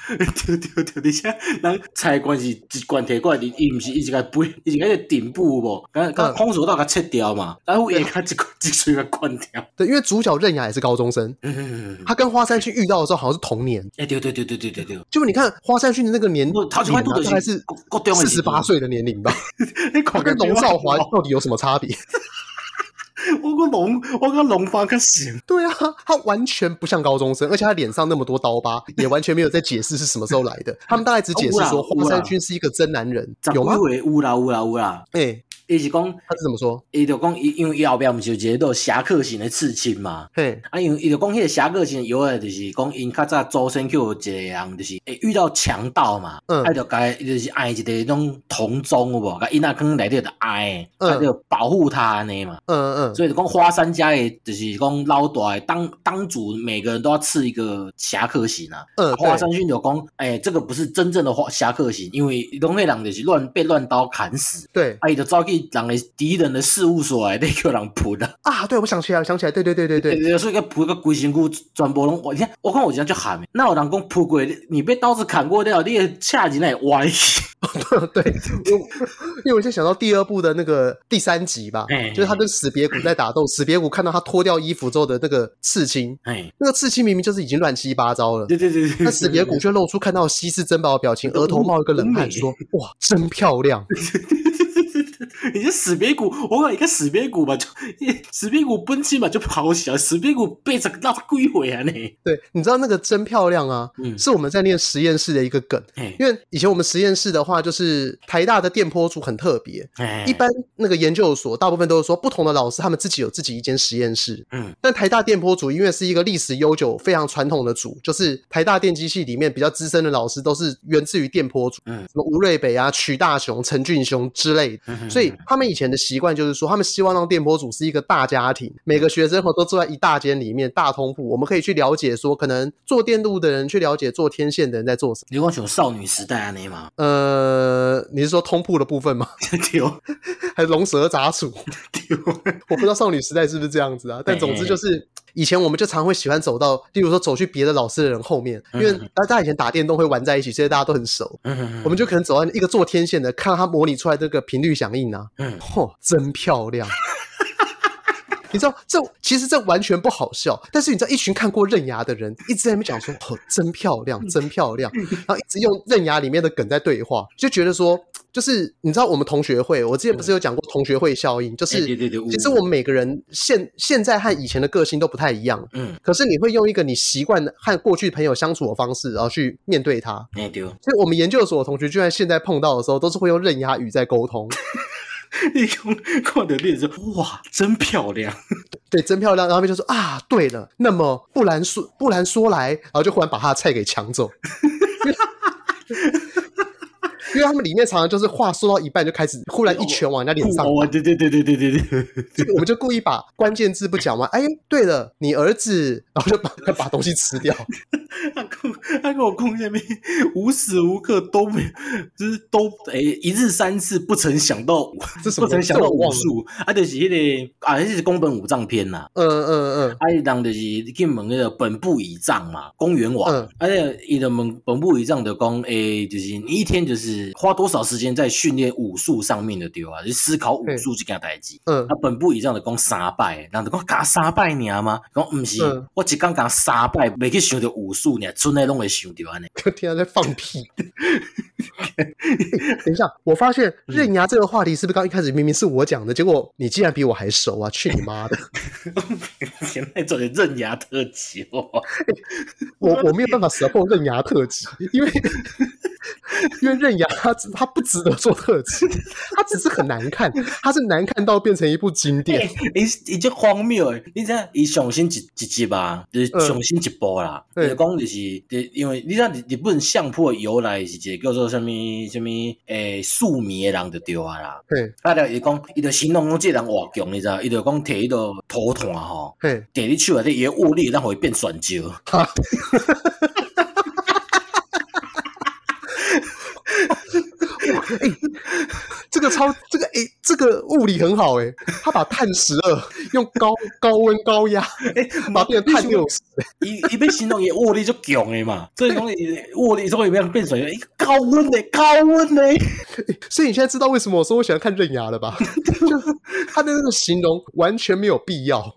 B: 对对对，而且人菜罐是一罐摕过来，伊毋是伊一个杯，伊是个顶部无，甲甲
A: 嗯
B: 空手道甲切掉嘛，然后下骹一罐 一喙甲灌掉。
A: 对，因为主角刃牙也是高中生，
B: 嗯，
A: 他跟花山勋遇到的时候好像是同年，
B: 诶，哎对对对对对对对，
A: 结果你看花山勋的那个年龄
B: 我
A: 啊，
B: 头一摆拄
A: 大概是
B: 国中
A: 四十八，岁的年龄吧，
B: 你
A: 他跟龙少华到底有什么差别？
B: 我个龙，我个龙帮较行。
A: 对啊，他完全不像高中生，而且他脸上那么多刀疤，也完全没有在解释是什么时候来的。他们大概只解释说
B: 哦有啦
A: 花山君是一个真男人，
B: 十
A: 有吗
B: 几？岁有啦有啦有啦，
A: 哎、
B: 伊是讲，
A: 他是怎么说？
B: 伊就讲，伊因为伊后壁毋是有一个都侠客型的刺青嘛。
A: 嘿，
B: 啊，因为伊就讲迄个侠客型，有诶就是讲因较早祖先去有一个人，就是会遇到强盗嘛，
A: 嗯
B: 啊就甲伊就是爱一个迄种铜钟有无，甲伊仔囥内底就爱，
A: 嗯
B: 啊就保护他安尼嘛。
A: 嗯嗯，
B: 所以就讲花山家诶，就是讲老大的当当主，每个人都要刺一个侠客型啊。
A: 嗯，
B: 花
A: 对，
B: 山勋就讲，哎、这个不是真正的花侠客型，因为龙黑人就是乱被乱刀砍死，
A: 对，
B: 啊，伊就走去去人的敌人的事务所来，得叫人扑的。
A: 啊，对，我想起来，我想起来，对对对对对，
B: 对，所以个扑个规身躯全部拢，你看我看我这样就喊，那有人讲扑过，你被刀子砍过掉，你的下脊那也歪去。
A: 对，因为因为我现在想到第二部的那个第三集吧
B: 哎，
A: 就是他跟死别谷在打斗，死别谷看到他脱掉衣服之后的那个刺青，
B: 哎，
A: 那个刺青明明就是已经乱七八糟了，
B: 对对对对，
A: 但死别谷却露出看到稀世珍宝的表情，额头冒一个冷汗，说：“哇，真漂 亮
B: 你这死别骨，我讲你个死别骨吧，就死别骨本身嘛就好小，死别骨背着那鬼回啊呢！”。
A: 对，你知道那个“真漂亮”啊，
B: 嗯，
A: 是我们在念实验室的一个梗。
B: 哎
A: 因为以前我们实验室的话，就是台大的电波组很特别，
B: 哎，
A: 一般那个研究所大部分都是说不同的老师他们自己有自己一间实验室。
B: 嗯
A: 但台大电波组因为是一个历史悠久、非常传统的组，就是台大电机系里面比较资深的老师都是源自于电波组，
B: 嗯
A: 什么吴瑞北啊、曲大雄、陈俊雄之类的。
B: 嗯，
A: 所以他们以前的习惯就是说，他们希望让电波组是一个大家庭，每个学生哦都坐在一大间里面，大通铺，我们可以去了解说，可能做电路的人去了解做天线的人在做什么。
B: 你讲像少女时代啊你嘛，
A: 呃，你是说通铺的部分吗？
B: 对哦
A: 还是龙蛇杂 处？
B: 对哦，
A: 我不知道少女时代是不是这样子啊，但总之就是。以前我们就常会喜欢走到，例如说走去别的老师的人后面，因为
B: 嗯
A: 大家以前打电动会玩在一起，所以大家都很熟。
B: 嗯
A: 我们就可能走到一个做天线的，看到他模拟出来这个频率响应啊，
B: 嗯
A: 嚯、真漂亮！ 你知道这其实这完全不好笑，但是你知道一群看过《刃牙》的人一直在那边讲说，哦，真漂亮，真漂亮，
B: 嗯
A: 然后一直用《刃牙》里面的梗在对话，就觉得说，就是你知道我们同学会，我之前不是有讲过同学会效应，就是
B: 嗯哎对对对
A: 其实我们每个人现现在和以前的个性都不太一样，
B: 嗯，
A: 可是你会用一个你习惯的和过去朋友相处的方式，然后去面对它，
B: 哎对哦，
A: 所以我们研究所的同学，居然现在碰到的时候，都是会用刃牙语在沟通。
B: 你讲看到你说哇真漂亮，
A: 对，真漂亮。然后他们就说啊，对了，那么不然说不然说来，然后就忽然把他的菜给抢走。 因为他们里面常常就是话说到一半就开始，忽然一拳往人家脸上，
B: 哇对对对对对对对，
A: 就我们就故意把关键字不讲完。哎，对了，你儿子，然后就把把东西吃掉。
B: 他跟他跟我讲下面无时无刻都没有，就是都诶、一日三次不曾想到
A: 这什么
B: 不曾想到
A: 这我忘
B: 武
A: 了
B: 术，啊，就是迄、个啊，迄是宫本武藏篇呐、啊。
A: 嗯嗯
B: 啊，伊人就是去问迄个本部以藏嘛，公园王。
A: 嗯
B: 啊，那个伊就问本部以藏就讲，诶、就是你一天就是花多少时间在训练武术上面的对啊，就是思考武术这件代志。
A: 嗯
B: 啊，本部以上就讲三摆，人就讲加三摆尔吗？讲毋是，
A: 嗯
B: 我一工加三摆，未去想着武术尔，剩诶拢会想着安尼。
A: 嗯，天啊，在放屁！哎等一下，我发现刃牙这个话题是不是刚一开始明明是我讲的，结果你竟然比我还熟啊！去你妈的！
B: 现在做的刃牙特辑哦，
A: 我我没有办法 support 刃牙特辑，因为因为刃牙它它不值得做特辑，它只是很难看，它是难看到变成一部经典。
B: 伊伊这荒谬诶！你知影伊上新一一集啊，就是
A: 嗯
B: 上新一部啦。就
A: 对
B: 是讲就是，就因为你知影日日本相扑诶由来是一个叫做什物什物诶庶民诶人就对啊啦。
A: 嘿，
B: 啊，了伊讲伊就形容讲这人偌强，你知道？伊就讲摕迄个土炭吼，
A: 嘿，
B: 摕你手内底伊诶握力，让互伊变泉石。
A: 哈，哎、这个超这个哎、这个物理很好哎、他把碳十二用高高温高压
B: 诶，
A: 把它变成碳六十，
B: 伊伊要形容伊的握力就强诶嘛，所以讲伊握力所以变变水，伊高温诶，高 温诶，
A: 所以你现在知道为什么我说我喜欢看刃牙了 吧？就他的那个形容完全没有必要，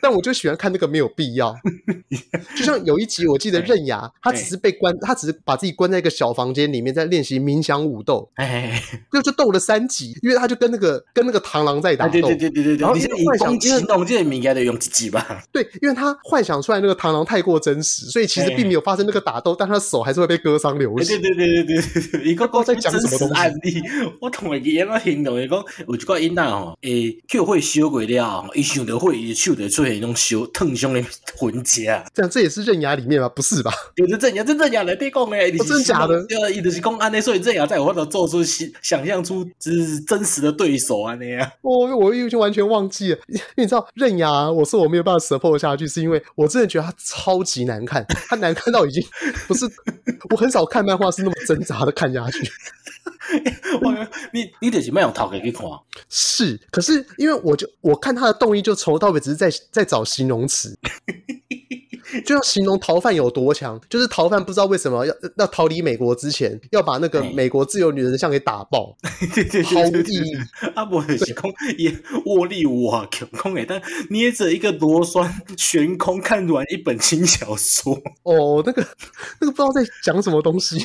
A: 但我就喜欢看那个没有必 要。就像有一集我记得刃牙，他只是被关，他只是把自己关在一个小房间里面，在练习冥想武斗，
B: 哎，
A: 就就斗了三集，因为他就跟那个跟那个螳螂在打
B: 啊
A: 斗
B: 对，对对对对
A: 然
B: 对，
A: 后
B: 你
A: 因
B: 是
A: 为
B: 以
A: 幻想
B: 攻
A: 因为
B: 击弄这个物件就用一集吧，
A: 对，因为他幻想出来那个螳螂太过真实，所以其实
B: 哎
A: 并没有发生那个打斗，但他的手还是会被割伤流
B: 对对
A: 血。
B: 对对对对对，伊个
A: 不
B: 讲
A: 知道在讲什么东西
B: 真实案例，我同伊个形容伊讲，有一个囡仔吼，诶，叫火烧过了，伊想着火，伊手就出现迄种烧烫伤的痕迹啊。
A: 这样这也是刃牙里面吗？不是吧？
B: 就是正牙，真正牙来对讲诶，
A: 哦真的假的
B: 对啊，伊就是讲安尼，所以正牙才有办法做出想想象出就是真实的对手安尼啊。
A: 哦，我已经完全忘记了， 因为你知道刃牙，我说我没有办法 support 下去，是因为我真的觉得它超级难看，它难看到已经不是我很少看漫画是那么挣扎的看下去，
B: 我讲你你就是卖用头给去看，
A: 是，可是因为我就我看他的动议，就从头到尾只是在在找形容词， 就要形容逃犯有多强。就是逃犯不知道为什么要要逃离美国之前，要把那个
B: 哎
A: 美国自由女神像给打爆，
B: 对 对
A: 毫
B: 对
A: 无
B: 对
A: 意义
B: 对。。啊，无就是讲也握力哇，强空诶，但捏着一个螺栓悬空看完一本轻小说，
A: 哦，那个那个不知道在讲什么东西。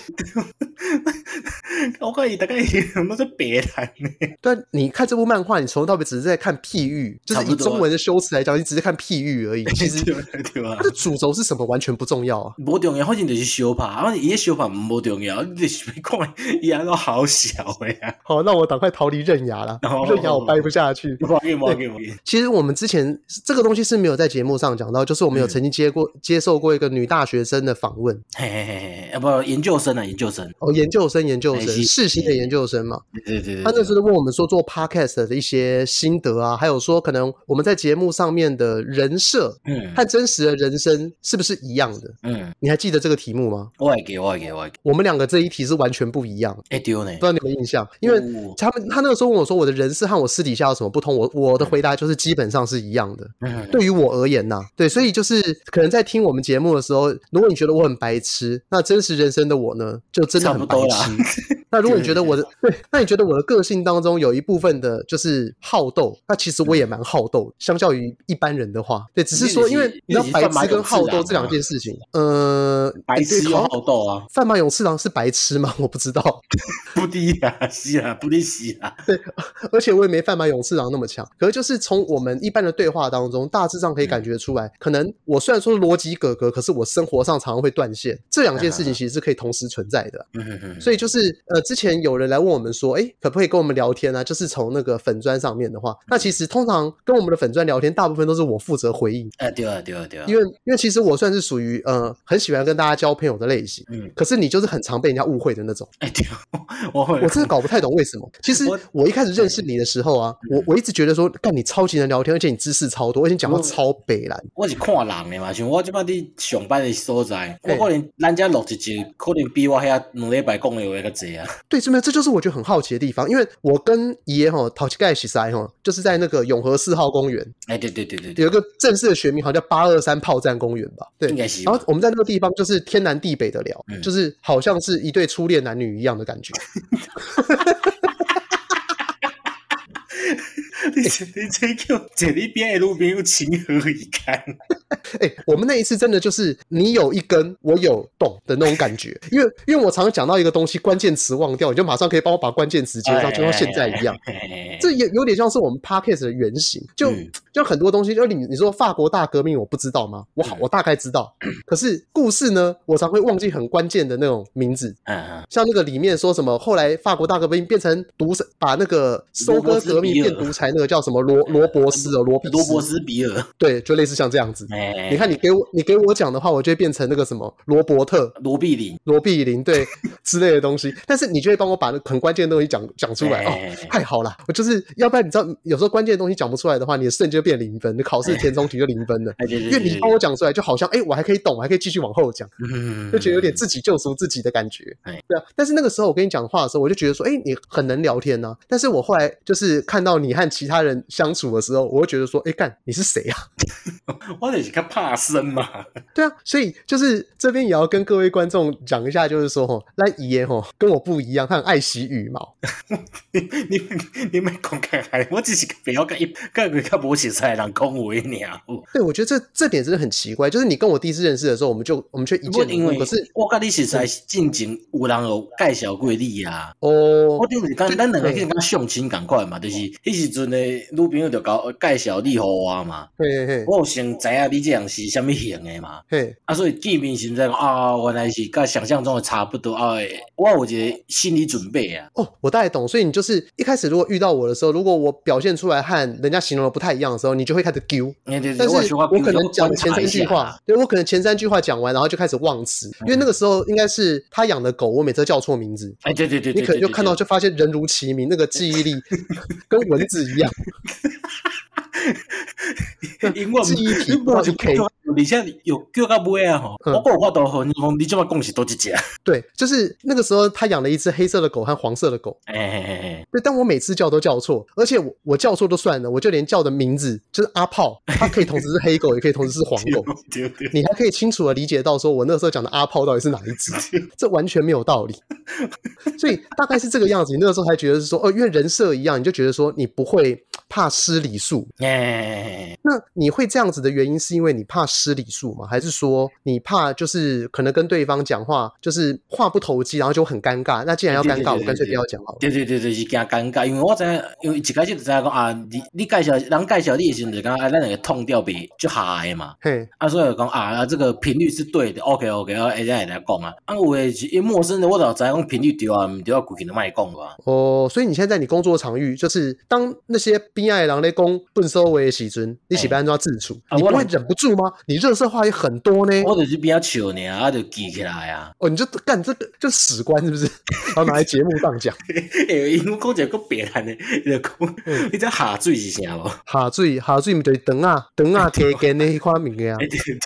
B: 我看伊大概那是白谈 呢。
A: 但你看这部漫画，你从头到尾只是在看譬喻，就是
B: 差
A: 以
B: 不多
A: 中文的修辞来讲，你只是看譬喻 而已。其实
B: 对对吧
A: 它？的主轴是什么完全不重要啊。
B: 无重要，反正就是相拍，啊，伊个相拍毋无重要，你就是要看伊安都好小诶啊！
A: 好，那我赶快逃离刃牙啦，
B: 哦
A: 刃牙我掰不下去。
B: 无要紧，无要紧，无要紧。
A: 其实我们之前这个东西是没有在节目上讲到，就是我们有曾经接过、接受过一个女大学生的访问，
B: 嘿嘿嘿嘿，啊不，研究生啊，研究生，
A: 哦，研究生研究
B: 哎
A: 生，
B: 是
A: 世新的研究生嘛，
B: 对对对对，
A: 他那
B: 对
A: 时候问我们说做 podcast 的一些心得啊，还有说可能我们在节目上面的人设
B: 嗯
A: 和真实的人生是不是一样的？
B: 嗯，
A: 你还记得这个题目吗？
B: 我会给，我会给，我会给，
A: 我们两个这一题是完全不一样，
B: 哎丢呢
A: 不知，道你有没有印象？因为
B: 哦
A: 他们他那个时候问我说我的人设和我私底下有什么不同，我我的回答就是基本上是一样的。
B: 嗯
A: 对于我而言呐、对，所以就是可能在听我们节目的时候，如果你觉得我很白痴，那真实人生的我呢，就真的
B: 差
A: 很
B: 不
A: 白
B: 多啦
A: 痴。， 那如果你觉得我的对，那你觉得我的个性当中有一部分的就是好斗，那其实我也蛮好斗，相较于一般人的话，对，只是说因为嗯你知道白痴跟好斗这两件事情，呃，
B: 白痴
A: 对
B: 又
A: 好
B: 好斗啊，
A: 范马勇次郎是白痴吗？ 我不知道，
B: 不低啊，是啊，不低是啊，
A: 而且我也没范马勇次郎那么强。可是就是从我们一般的对话当中，大致上
B: 嗯
A: 可以感觉出来，可能我虽然说逻辑格格，可是我生活上常常会断线。这两件事
B: 哎
A: 情其实是可以同时存在的。
B: 嗯嗯
A: 所以就是呃，之前有人来问我们说，哎，可不可以跟我们聊天啊？就是从那个粉砖上面的话，那其实通常跟我们的粉砖聊天，大部分都是我负责回应，
B: 啊对啊对啊对啊，
A: 因为因为其实我算是属于呃很喜欢跟大家交朋友的类型。
B: 嗯
A: 可是你就是很常被人家误会的那种，
B: 哎对啊，我会
A: 我真的搞不太懂为什么。其实
B: 我
A: 我一开始认识你的时候啊，我我一直觉得说，干你超级能聊天，而且你知识超多，而且你讲话
B: 我
A: 超北蓝。
B: 我是看人诶嘛，像我即摆伫上班诶所在，我
A: 嘿
B: 可能咱遮录一集，可能比我遐两礼拜讲诶话较济啊。
A: 对，这边这就是我觉得很好奇的地方，因为我跟爷哈淘气盖西塞哈，就是在那个永和四号公园，
B: 哎，对对对对对，
A: 有一个正式的学名，好像叫八二三炮战公园吧？对
B: 应，该是有。
A: 然后我们在那个地方就是天南地北的聊，
B: 嗯
A: 就是好像是一对初恋男女一样的感觉。
B: 你这你这叫坐你边诶路边又情何以堪？
A: 哎、我们那一次真的就是你有一根，我有洞的那种感觉，因为因为我常常讲到一个东西，关键词忘掉，你就马上可以帮我把关键词接上，就像现在一样。
B: 哎。哎哎哎
A: 这也有点像是我们 podcast 的原型，就、
B: 嗯
A: 就很多东西，就你你说法国大革命，我不知道吗？我好
B: 嗯
A: 我大概知道，可是故事呢，我常会忘记很关键的那种名字，
B: 嗯嗯，
A: 像那个里面说什么，后来法国大革命变成独裁，把那个收割革命变独裁，那个叫什么罗罗伯斯哦，罗比斯
B: 罗伯，斯比尔，
A: 对，就类似像这样子。
B: 哎哎，
A: 你看，你给我你给我讲的话，我就会变成那个什么罗伯 特、
B: 罗碧林
A: 罗碧林对之类的东西，但是你就会帮我把那很关键的东西讲讲出来
B: 哎哎
A: 哦
B: 哎，
A: 太好了！我就是要不然你知道，有时候关键的东西讲不出来的话，你的瞬间就变零分，你考试填充题就零分 了。
B: 哎对对
A: 因
B: 对
A: 为
B: 对
A: 你帮我讲出来，就好像哎，我还可以懂，我还可以继续往后讲。
B: 嗯
A: 就觉得有点自己救赎自己的感觉。
B: 哎
A: 对啊，但是那个时候我跟你讲话的时候，我就觉得说，哎、你很能聊天呐、啊但是我后来就是看到你和其他人相处的时候，我会觉得说，哎、干，你是谁啊？
B: 嗯我就是较怕生嘛。
A: 对啊，所以就是这边也要跟各位观众讲一下，就是说，吼，那爷吼跟我不一样，他很爱惜羽毛。
B: 你你你们讲看看，我只是不要跟一跟个较无熟悉的人讲话啊尔。有
A: 对，我觉得这这点真的很奇怪，就是你跟我第一次认识的时候，我们就我们却一
B: 不
A: 见
B: 因
A: 如
B: 为
A: 故，可是
B: 我甲你实在是进前有人有介绍过你啊。
A: 哦
B: 我，就是讲，咱两个
A: 对
B: 就是讲相亲共款嘛，就是迄时阵的女朋友就甲介绍你互我啊嘛，
A: 嘿嘿
B: 我有先知影你这样是啥物型的嘛，
A: 嘿，
B: 啊，所以见面时阵啊，原来是甲想象中的差不多啊，会我有一个心理准备啊，
A: 哦，我大概懂，所以你就是一开始如果遇到我的时候，如果我表现出来和人家形容的不太一样的时候，你就会开始丢。
B: 但
A: 但是
B: 我
A: 我可能讲前
B: 啊
A: 三句话，，对我可能前三句话讲完，然后就开始忘词，因为那个时候应该是他养的狗，我每次都叫错名字，
B: 哎，对对对，
A: 你
B: 对
A: 可能就看到，就发现人如其名，那个记忆力跟蚊子一样，
B: 对对对因为
A: 记忆体
B: 我就
A: 不知道是 K
B: 我而且有叫到尾啊吼，
A: 嗯
B: 我有法度和你讲，你即马讲是多一只？
A: 对，就是那个时候他养了一只黑色的狗和黄色的狗。
B: 哎哎哎哎，
A: 对，但我每次叫都叫错，而且我我叫错都算了，我就连叫的名字就是阿 炮，它可以同时是黑狗，也可以同时是黄狗。
B: 对对，
A: 你还可以清楚的理解到，说我那时候讲的阿炮到底是哪一 只，这完全没有道理。所以大概是这个样子。你那个时候还觉得是说，哦，因为人设一样，你就觉得说你不会怕失礼数。
B: 哎哎哎，
A: 那你会这样子的原因，是因为你怕失礼数吗？还是说你怕就是可能跟对方讲话就是话不投机，然后就很尴尬？那既然要尴尬，我干脆不要讲好了。
B: 对对对对，是惊尴尬，因为我知影，因为一开始就知影讲啊，你你介绍人介绍你的时阵，就讲啊，咱两个痛调比就下的嘛。
A: 嘿，
B: 啊，所以就讲啊，啊这个频率是对的，OK OK，啊，会再来讲啊。啊，有诶，是因为陌生的，我就知影讲频率对啊，毋对啊，规去就莫讲啊。
A: 哦，所以你现在在你工作场域，就是当那些边爱狼在攻笨收尾的时阵，你喜不安装自处，
B: 啊
A: 你不
B: 我
A: 会忍不住吗？你热色话也很多呢。
B: 我就是边仔笑尔，啊，就记起来啊。
A: 哦，你就干这个就史官是不是？然后拿来节目上讲，
B: 诶，因为讲一个别人诶，伊就讲，你知下水是啥无？
A: 哈水哈水，毋就是肠啊肠啊贴根的迄款物 件啊。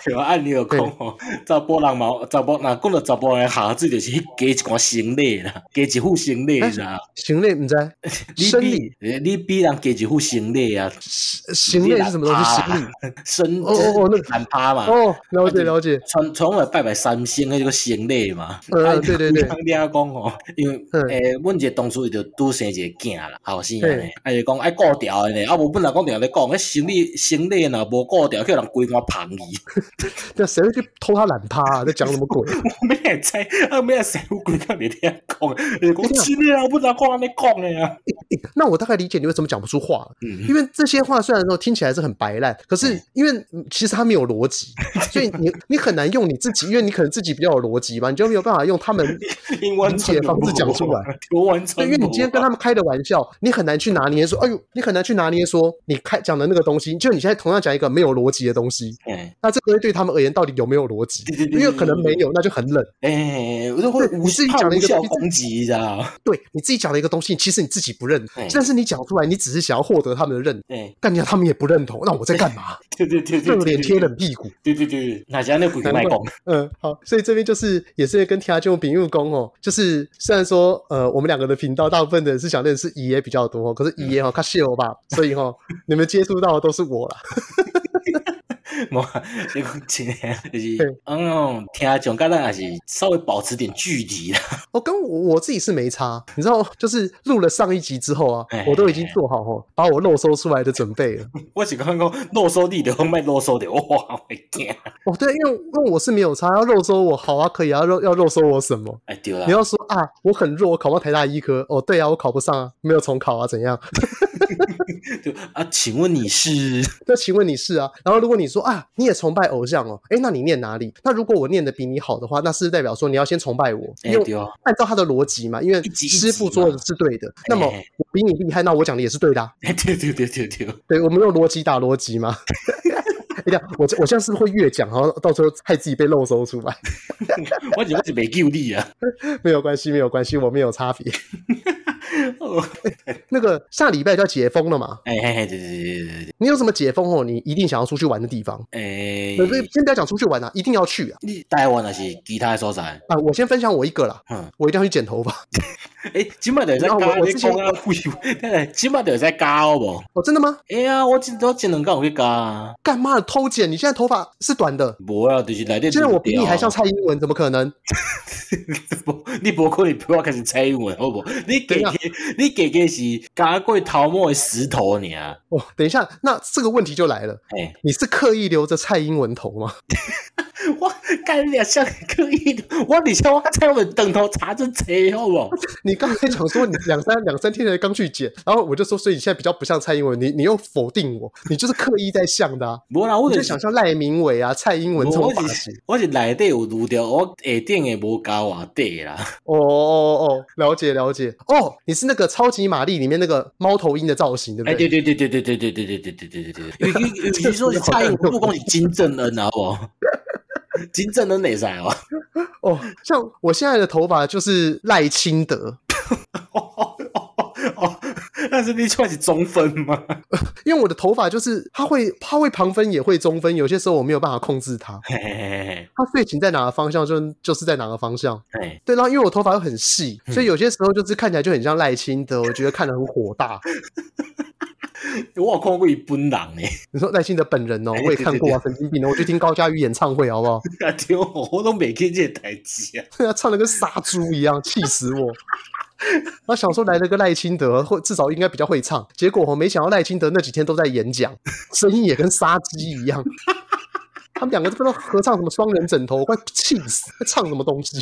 B: 对啊，按你有讲吼，查甫人嘛，查甫若讲到查甫人下水，就是迄加一寡行李啦，加一副行李啦。
A: 行李毋知道，
B: 你
A: 哎生理
B: 比你比人加一副行李啊，
A: 行李是什么东西？行李
B: 生
A: 哦哦哦那个
B: 懒趴嘛。
A: 哦，了解了解，
B: 传传我拜拜三星的这个先例嘛，
A: 呃，对对对，
B: 你阿讲吼，因为
A: 嗯
B: 诶，阮一个同事伊就拄生一个囝啦，后生
A: 嗯
B: 安尼，啊伊就讲爱顾调的呢，啊无本来讲定咧讲，迄生理生理若无顾调，叫人规我捧伊，
A: 那谁会去偷他懒趴啊？在讲什么 鬼？
B: 我咩会知，啊咩师傅规到你听讲，伊
A: 哎
B: 讲
A: 呀
B: 生理啊，我本来讲安尼讲的啊，
A: 那我大概理解你为什么讲不出话了，
B: 嗯，
A: 因为这些话虽然说听起来是很白烂，可
B: 哎
A: 是因为嗯其实它没有逻 辑，所以你你很难用你自己，因为你可能自己比较有逻辑吧，你就没有办法用他 们
B: 因完全
A: 理解方式讲出来，
B: 我完全
A: 对，因为你今天跟他们开的玩笑，你很难去拿捏说，哎呦，你很难去拿捏说你开讲的那个东西，就你现在同样讲一个没有逻辑的东西，
B: 诶
A: 那这个对他们而言到底有没有逻辑？
B: 对对对
A: 因为可能没有，那就很冷。
B: 诶，我就会
A: 对
B: 无
A: 你自己讲了
B: 无
A: 一个
B: 效
A: 东西
B: 攻击，你知道吗？
A: 对你自己讲了一个东西，其实你自己不认
B: 哎，
A: 但是你讲出来，你只是想要获得他们的认同，
B: 诶，
A: 干掉他们也不认同，那我在干嘛？
B: 对对对对，
A: 热
B: 对
A: 脸贴冷屁股。
B: 对对对，对哪是安尼规个卖讲？
A: 嗯，好，所以这边就是也是跟天涯君比喻工哦，就是虽然说呃我们两个的频道大部分的人是想认识乙爷比较多，可是乙
B: 嗯
A: 爷哦他秀吧，所以哦你们接触到的都是我啦。
B: 无，你讲真诶，就
A: 对
B: 是，嗯，听上甲咱也是稍微保持点距离啦。
A: 哦，跟我我自己是没差，你知道，就是录了上一集之后啊
B: 哎，
A: 我都已经做好哦把我肉搜出来的准备了。
B: 我是讲讲啰嗦你就莫啰嗦着，哇，我惊。
A: 哦，对，因为因为我是没有差，要肉搜我好啊，可以啊，肉要肉搜我什么？
B: 哎，对啦
A: 你，要说啊，我很弱，我考不到台大医科。哦，对啊，我考不上啊，没有重考啊，怎样？
B: 对啊，请问你是？
A: 那请问你是啊？然后如果你说啊，你也崇拜偶像哦，诶，那你念哪里？那如果我念的比你好的话，那是代表说你要先崇拜我，
B: 哎
A: 因，为
B: 对哦，
A: 按照他的逻辑嘛，因为
B: 一级一级
A: 师傅做的是对的，那么
B: 哎
A: 我比你厉害，那我讲的也是对的啊、
B: 哎，对对对对对，
A: 对，我们用逻辑打逻辑嘛。 哎呀，我这我这样是不是会越讲，然后到时候害自己被漏搜出来？
B: 我是我是袂救你啊。
A: 没有关系，没有关系，我没有差别。
B: 哦
A: 那个下礼拜就要解封了嘛，
B: 哎哎哎，对对对对对，
A: 你有什么解封后你一定想要出去玩的地方？
B: 哎
A: 呃，不是先不要讲出去玩啊，一定要去啊！
B: 你台湾还是其他的所在？
A: 啊，我先分享我一个啦，
B: 嗯，
A: 我一定要去剪头发。
B: 哎，即摆就
A: 那
B: 在加
A: 我我
B: 你
A: 之前
B: 讲啊，喂，等下即摆就在加好无？
A: 哦，真的吗？
B: 哎呀，我今我前两工有去加啊，
A: 干嘛偷剪？你现在头发是短的，
B: 无啊，就是内底
A: 现在我比你还
B: 像。
A: 像蔡英文，怎么可能？
B: 无，你无可能陪我开始猜英文，好不好？你
A: 等
B: 给
A: 一下
B: 给你给给是加过头毛的石头尔，
A: 哦，等一下，那这个问题就来了，
B: 哎，
A: 你是刻意留着蔡英文头吗？
B: 我干你俩像刻意的，我你像我猜我等头查着贼，好不好？
A: 你刚才讲说你两三两三天才刚去剪，然后我就说，所以你现在比较不像蔡英文，你你又否定我，你就是刻意在像的啊！
B: 无啦，我
A: 我就
B: 就
A: 想
B: 是。
A: 像赖明伟啊、蔡英文这种
B: 我
A: 发
B: 是
A: 型。
B: 我是内底有录着，我下顶的无加外底啦。
A: 哦哦哦，了解了解。哦，你是那个超级玛丽里面那个猫头鹰的造型，对不
B: 哎，对
A: 对？
B: 对对对对对对对对对对对对对。与其与其说是蔡英 文，不光是金正恩啊，好不好？金正恩会使哦。
A: 哦，像我现在的头发就是赖清德，
B: 哦哦哦哦，但是你算是中分吗？
A: 因为我的头发就是它会它会旁分也会中分，有些时候我没有办法控制它，
B: 嘿嘿嘿嘿
A: 它睡醒在哪个方向就就是在哪个方向。
B: 嘿，
A: 对，然后因为我头发又很细，所以有些时候就是看起来就很像赖清德，我觉得看得很火大。
B: 我有看过一本人诶，
A: 你说赖清德本人哦，我也看过啊，神经病哦，我去听高佳瑜演唱会好不好？
B: 啊对哦，我都没见这个代志啊。
A: 对啊，唱的跟杀猪一样，气死我！那想说来了个赖清德，或至少应该比较会唱。结果我没想到赖清德那几天都在演讲，声音也跟杀鸡一样。他们两个这边都合唱什么双人枕头，我快气死！在唱什么东西？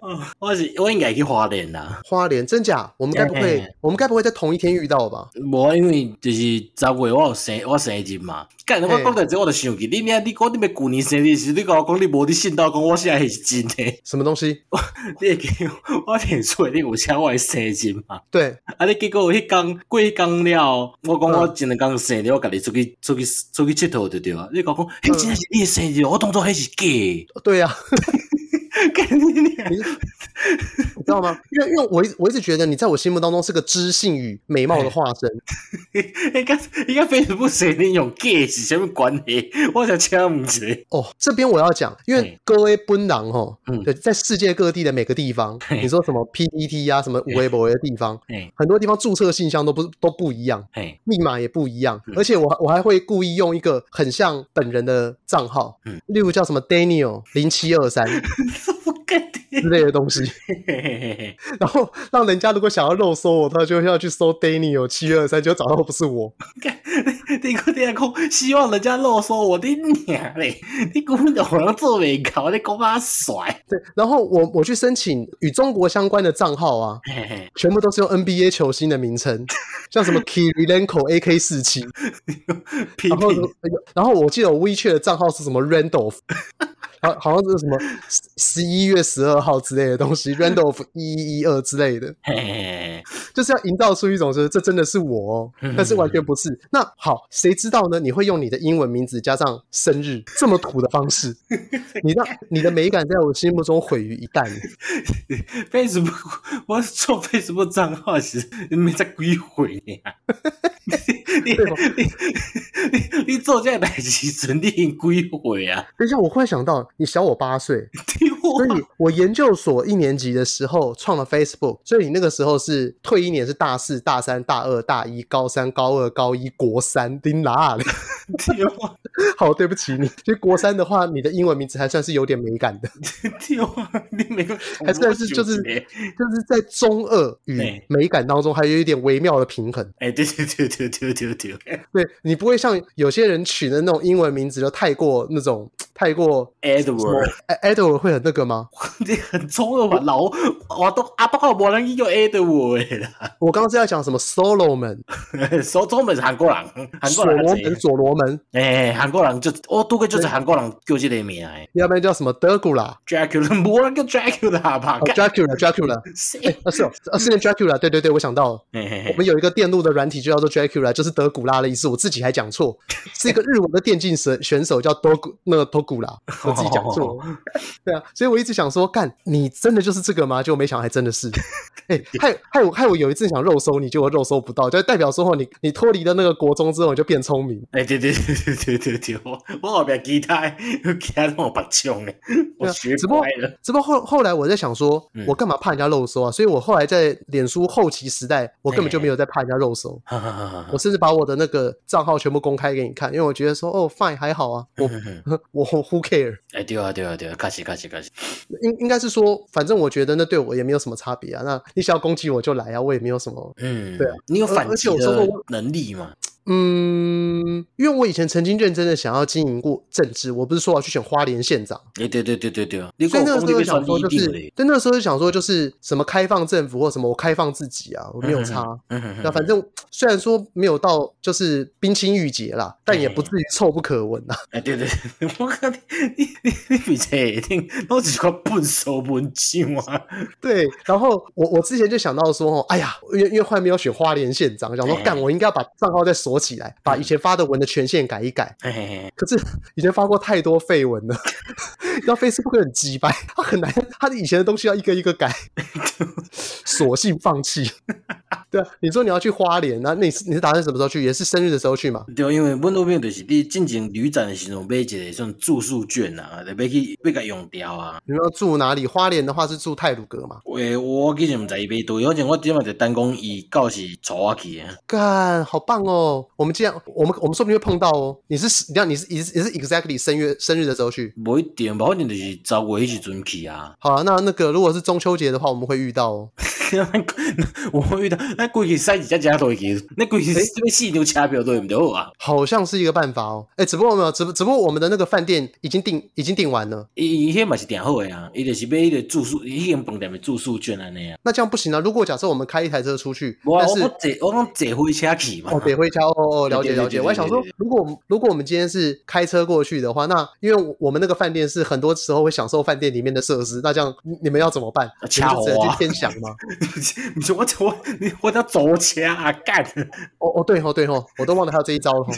B: 哦我是我应该去花莲啦。
A: 花莲真假？我们该不会，
B: 嗯
A: 我们该不会在同一天遇到吧？
B: 无，因为就是十月我有生我生日嘛，干我
A: 嘿
B: 讲到这我就想起，你你你讲你们旧年生日时，你甲我讲你无伫信到讲我现在是真诶，
A: 什么东西？
B: 你会记我电视你有写我诶生日嘛？
A: 对，
B: 啊，你结果迄工过迄工了，我讲我真两工生日，我家己出去出去出去佚佗就对啊。你甲我讲，迄真正是你诶生日，我当作迄是假的。
A: 对啊呀、
B: 干你娘
A: 你知道吗？因为因为我一直我一直觉得你在我心目当中是个知性与美貌的化身。
B: 应该应该 Facebook 生日用假的是啥物关系？我想请问一下，
A: 哦，这边我要讲，因为
B: 嗯
A: 各位奔狼吼，
B: 嗯
A: 对，在世界各地的每个地方，
B: 嘿
A: 你说什么 PPT 啊，什么五 A 博的地方，
B: 嘿
A: 很多地方注册信箱都不都不一样，
B: 嘿，
A: 密码也不一样
B: 嗯，
A: 而且我我还会故意用一个很像本人的账号
B: 嗯，
A: 例如叫什么 Daniel 零七二三
B: 我干你
A: 之类的东 西，
B: 嘿嘿嘿嘿。
A: 然后让人家如果想要肉搜我，他就要去搜 Daniel 七二三，就找到不是我。
B: 你个天空，希望人家啰嗦我的娘嘞！你根本就好像做没搞，你讲妈甩！
A: 对，然后我我去申请与中国相关的账号啊，
B: 嘿嘿，
A: 全部都是用 NBA 球星的名称，像什么 Kirilenko AK 四七，
B: 批
A: 然
B: 评
A: 后然后我记得我 WeChat 的账号是什么 Randolph，好好像是什么十一月十二号之类的东西，Randolph 一一一二之类的，
B: 嘿嘿嘿
A: 就是要营造出一种就是这真的是我、哦，但是完全不是。那好，谁知道呢？你会用你的英文名字加上生日这么土的方式，你让你的美感在我心目中毁于一旦。
B: ，Facebook，我 做 Facebook 账号其实没在鬼毁你啊！你
A: 对吧
B: 你你你做这代志时，你已经鬼毁啊！
A: 等一下，我忽然想到，你小我八岁，
B: 你我
A: 所以我研究所一年级的时候创了 Facebook，所以你那个时候是退一年是大四、大三、大二、大一、高三、高二、高一、国三，丁哪里？
B: 你我
A: 好，对不起你。其实国三的话，你的英文名字还算是有点美感的，
B: 你我你每个
A: 还算是就是就是在中二与
B: 对
A: 美感当中还有一点微妙的平衡。
B: 哎，对对对对对对对，
A: 对你不会像有些人取的那种英文名字就太过那种太过。什么
B: Edward。
A: 哎，Edward 会很那个吗？
B: 这很中二吧？老我都阿爸我无人伊叫 A 的我的啦，
A: 我刚刚是要讲什么 Solomon、
B: 所中文是韩国人，韩
A: 所
B: 国人
A: 罗
B: 很
A: 门、
B: 多
A: 所罗门，
B: 哎，韩国人就我拄过就是韩国人叫这个名诶
A: 要不然叫什么德古拉？
B: ，Dracula 无人叫 Dracula 吧？
A: 哦，Dracula，Dracula，
B: 谁？
A: 啊是哦，啊是念 Dracula，对对对，我想到了，
B: 嘿嘿
A: 哎我们有一个电路的软体就叫做 Dracula，就是德古拉的意思，我自己还讲错，是一个日文的电竞选选手叫多古那个多古拉，我自己讲错了，对啊，所以我一直想说，干你真的就是这个吗？结果没想到还真的是，哎、害害我害我有一次想肉搜你，结果肉搜不到，就代表说哦你你脱离了那个国中之后你就变聪明，
B: 哎，对对对对对对，我我后边其他其他拢有白种诶，我学乖了。
A: 啊只不过后后来我在想说，
B: 嗯
A: 我干嘛怕人家肉搜啊？所以我后来在脸书后期时代，我根本就没有在怕人家肉搜。我甚至把我的那个账号全部公开给你看，因为我觉得说，哦，fine 还好啊，
B: 嗯
A: 我 我 who care，
B: 哎，对啊对啊对啊，开始开始开始，
A: 应应该是说，反正我觉得那对我也没有什么差别啊。那你想要攻击我就来啊，我也没有什么，
B: 嗯，
A: 对啊，
B: 你有
A: 而
B: 反
A: 而
B: 击
A: 且我说
B: 的
A: 过我
B: 能力吗？
A: 嗯，因为我以前曾经认真的想要经营过政治，我不是说我要去选花莲县长，
B: 哎，对对对对对，你
A: 所
B: 跟
A: 以
B: 我
A: 那个时候就
B: 讲你被传
A: 想说
B: 一
A: 就是
B: 定，嘞，
A: 对，那个时候就想说就是什么开放政府或什么我开放自己啊，我没
B: 嗯
A: 有差。那反正虽然说没有到就是冰清玉洁啦，但也不
B: 嗯
A: 至于臭不可闻啊。
B: 哎，对对，对 我靠，你你你你比这定都是个笨手笨脚啊！
A: 对，然后我我之前就想到说，哦，哎呀，因为因为后来没有选花莲县长，想说
B: 哎
A: 干，我应该要把账号再锁起来，把以前发的的文的权限改一改。
B: 嘿嘿嘿，
A: 可是已经发过太多废文了， 你知道 Facebook 很鸡掰，它很难，它的以前的东西要一个一个改，索性放弃。 对啊，你说你要去花莲，那你是你是打算什么时候去？也是生日的时候去嘛？
B: 对，因为阮那边就是你进前旅展的时阵买一个算住宿券啊，就要去要甲用掉啊。
A: 你们要住哪里？花莲的话是住泰鲁阁嘛？
B: 诶、我其实毋知伊买对，反正我即嘛就单讲伊到是带我去啊的。
A: 干，好棒哦！我们这样，我们我们说不定会碰到哦。你是你看你是你是你是 exactly 生日生日的时候去。
B: 无一定吧，反正就是十月迄时阵去啊。
A: 好啊，那那个如果是中秋节的话，我们会遇到哦。
B: 我遇到咱规去赛一只车都会去，咱规去这边四张车票都毋着好啊。
A: 好像是一个办法哦。哎，只不过没有，只不只不过我们的那个饭店已经订已经订完了，
B: 伊伊迄嘛是订好诶啊，伊就是买迄个住宿，伊迄间饭店诶住宿券安尼啊。
A: 那这样不行啊。如果假设我们开一台车出去，
B: 我
A: 但
B: 啊我
A: 是
B: 坐我拢坐火车去嘛。
A: 哦，北回桥哦哦，了解
B: 对对对
A: 了解。
B: 对对
A: 我还想说
B: 对对，
A: 如果我们如果我们今天是开车过去的话，那因为我我们那个饭店是很多时候会享受饭店里面的设施，那这样你你们要怎么办？你
B: 掐
A: 们就只能
B: 我啊
A: 去 天享吗？
B: 不是我我你我当坐车啊干，
A: 哦哦对哦对哦，我都忘了还有这一招了哦。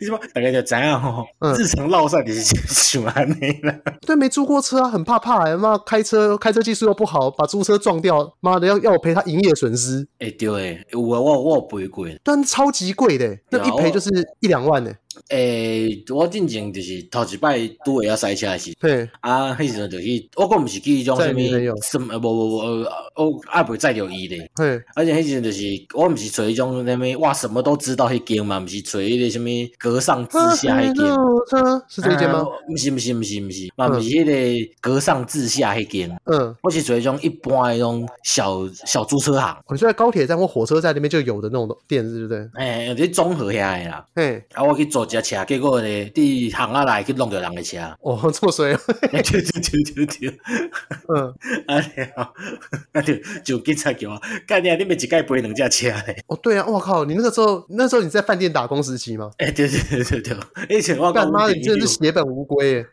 B: 你什么大概就知影吼
A: 嗯，
B: 日常落赛就是 像安尼啦。
A: 对，没租过车啊，很怕怕、欸。妈，开车开车技术又不好，把租车撞掉，妈的要要我赔他营业损失，
B: 诶、欸对诶，有啊，我我有赔过。
A: 但超级贵的欸、那
B: 对啊
A: 一赔就是一两万呢、欸。
B: 诶、我进前就是头一摆拄会晓塞车诶时，
A: 对，
B: 啊，迄时阵就去，我讲毋是去迄种
A: 载
B: 啥
A: 女朋友
B: 物，什么无无无，呃我阿袂载着伊咧。
A: 嘿，
B: 而且迄时阵就是，我毋是找迄种啥物，哇，什么都知道迄间嘛，毋是找迄个啥物隔上自下迄间。
A: 啊车是这一间吗
B: 啊？？毋是毋是毋是毋是，嘛毋是迄个隔上自下迄间，
A: 嗯，
B: 我是找迄种一般迄种小小租车行，
A: 我就在高铁站或火车站那边就有的那种店，对不对？
B: 诶、欸，伫综合遐诶啦。
A: 嘿，
B: 啊，我去坐只车，结果咧，伫巷仔内去弄着人诶车。
A: 哦，这么衰哦，
B: 对对对对对，
A: 嗯，
B: 啊了，啊就就警察局啊，干你啊，你们一盖赔两架车嘞？
A: 哦，对啊，我靠，你那个时候那时候你在饭店打工时期吗？
B: 哎、对对对对对，而且我
A: 干妈的，你真的是血本无归耶！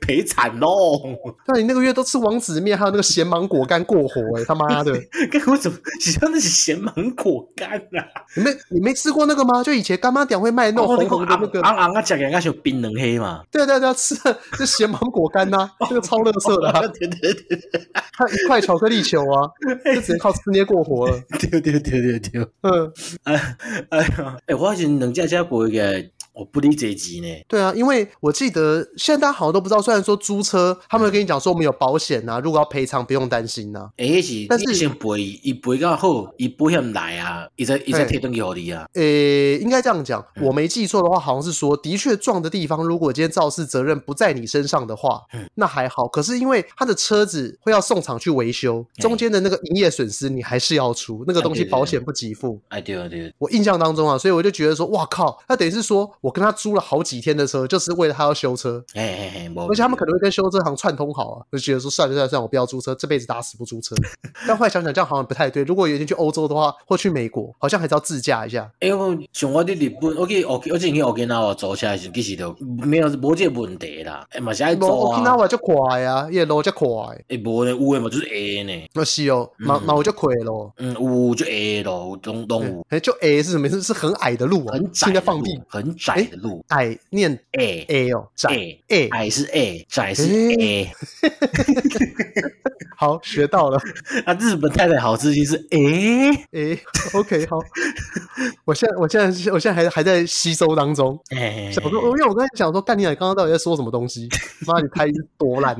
B: 赔惨咯！
A: 那你那个月都吃王子面，还有那个咸芒果干过火哎，他妈的！
B: 干我怎么是那是咸芒果干啊？
A: 你没你没吃过那个吗？就以前干妈店会哦卖那种
B: 我
A: 红红的那个，
B: 昂昂啊，食人家像槟榔黑嘛。
A: 对啊对啊对啊，吃的就咸芒果干 呐、这个超乐色 的、啊，
B: 对对对
A: 还有一块巧克力球 啊，就只能靠吃捏过活了。
B: 对对对对对！
A: 嗯，
B: 哎呀，哎，我是两架车赔个，我不理这钱呢。
A: 对啊，因为我记得现在大家好像都不知道，虽然说租车他们会跟你讲说我们有保险呐、如果要赔偿不用担心啊呐、
B: 哎，是，
A: 但是
B: 你先赔，伊赔到好，伊保险来啊，伊再伊再退转去互你啊。
A: 诶，应该这样讲，
B: 嗯
A: 我没记错的话，好像是说，的确撞的地方，如果今天肇事责任不在你身上的话，
B: 嗯
A: 那还好。可是因为他的车子会要送厂去维修，中间的那个营业损失你还是要出，那个东西
B: 啊哎对对
A: 保险不给付。
B: 哎，对对，
A: 我印象当中啊，所以我就觉得说，哇靠，那等于是说我跟他租了好几天的车，就是为了他要修车，
B: 哎哎哎，无。
A: 而且他们可能会跟修车行串通好啊，就觉得说算了算了算了，我不要租车，这辈子打死不租车。 但后来想想，这样好像不太对。如果有一天去欧洲的话，或去美国，好像还是要自驾一下。
B: 哎、我像我伫日本，我去我我之前去我跟那我租车的时候，其实就没有无这个问题啦，哎、嘛是爱
A: 无
B: 租啊，
A: Okinawa 就快啊，也路就快。
B: 哎无呢有诶嘛就是会呢，
A: 那是哦，毛毛就快咯。
B: 嗯有就会咯，有拢拢有，
A: 哎，就 A 是什么意思？是很矮的路哦，
B: 嗯很窄
A: 现在
B: 的
A: 放
B: 路啊
A: 屁，，
B: 很窄的路，
A: 矮念
B: 哎、
A: A 哦，窄
B: 哎
A: A。
B: 矮是 A，窄是
A: 哎
B: A，、
A: 好，学到了。
B: 啊，日本太太好吃鸡是 A，
A: 哎，OK，好。我现在我现在我现在还还在吸收当中，
B: 哎、
A: 想说，因为我刚才想说，干你俩刚刚到底在说什么东 西？妈，你拍多烂。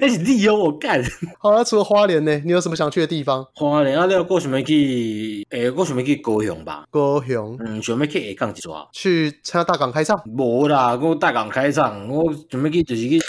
B: 而且利用我干，
A: 好啊，除了花莲呢，你有什么想去的地方？
B: 花莲啊，了我想要去，哎、我想要去高雄吧，
A: 高雄
B: 嗯，想要去下港一逝。
A: 去参加大港开唱。
B: 无啦，我大港开唱，我准备去就是去食，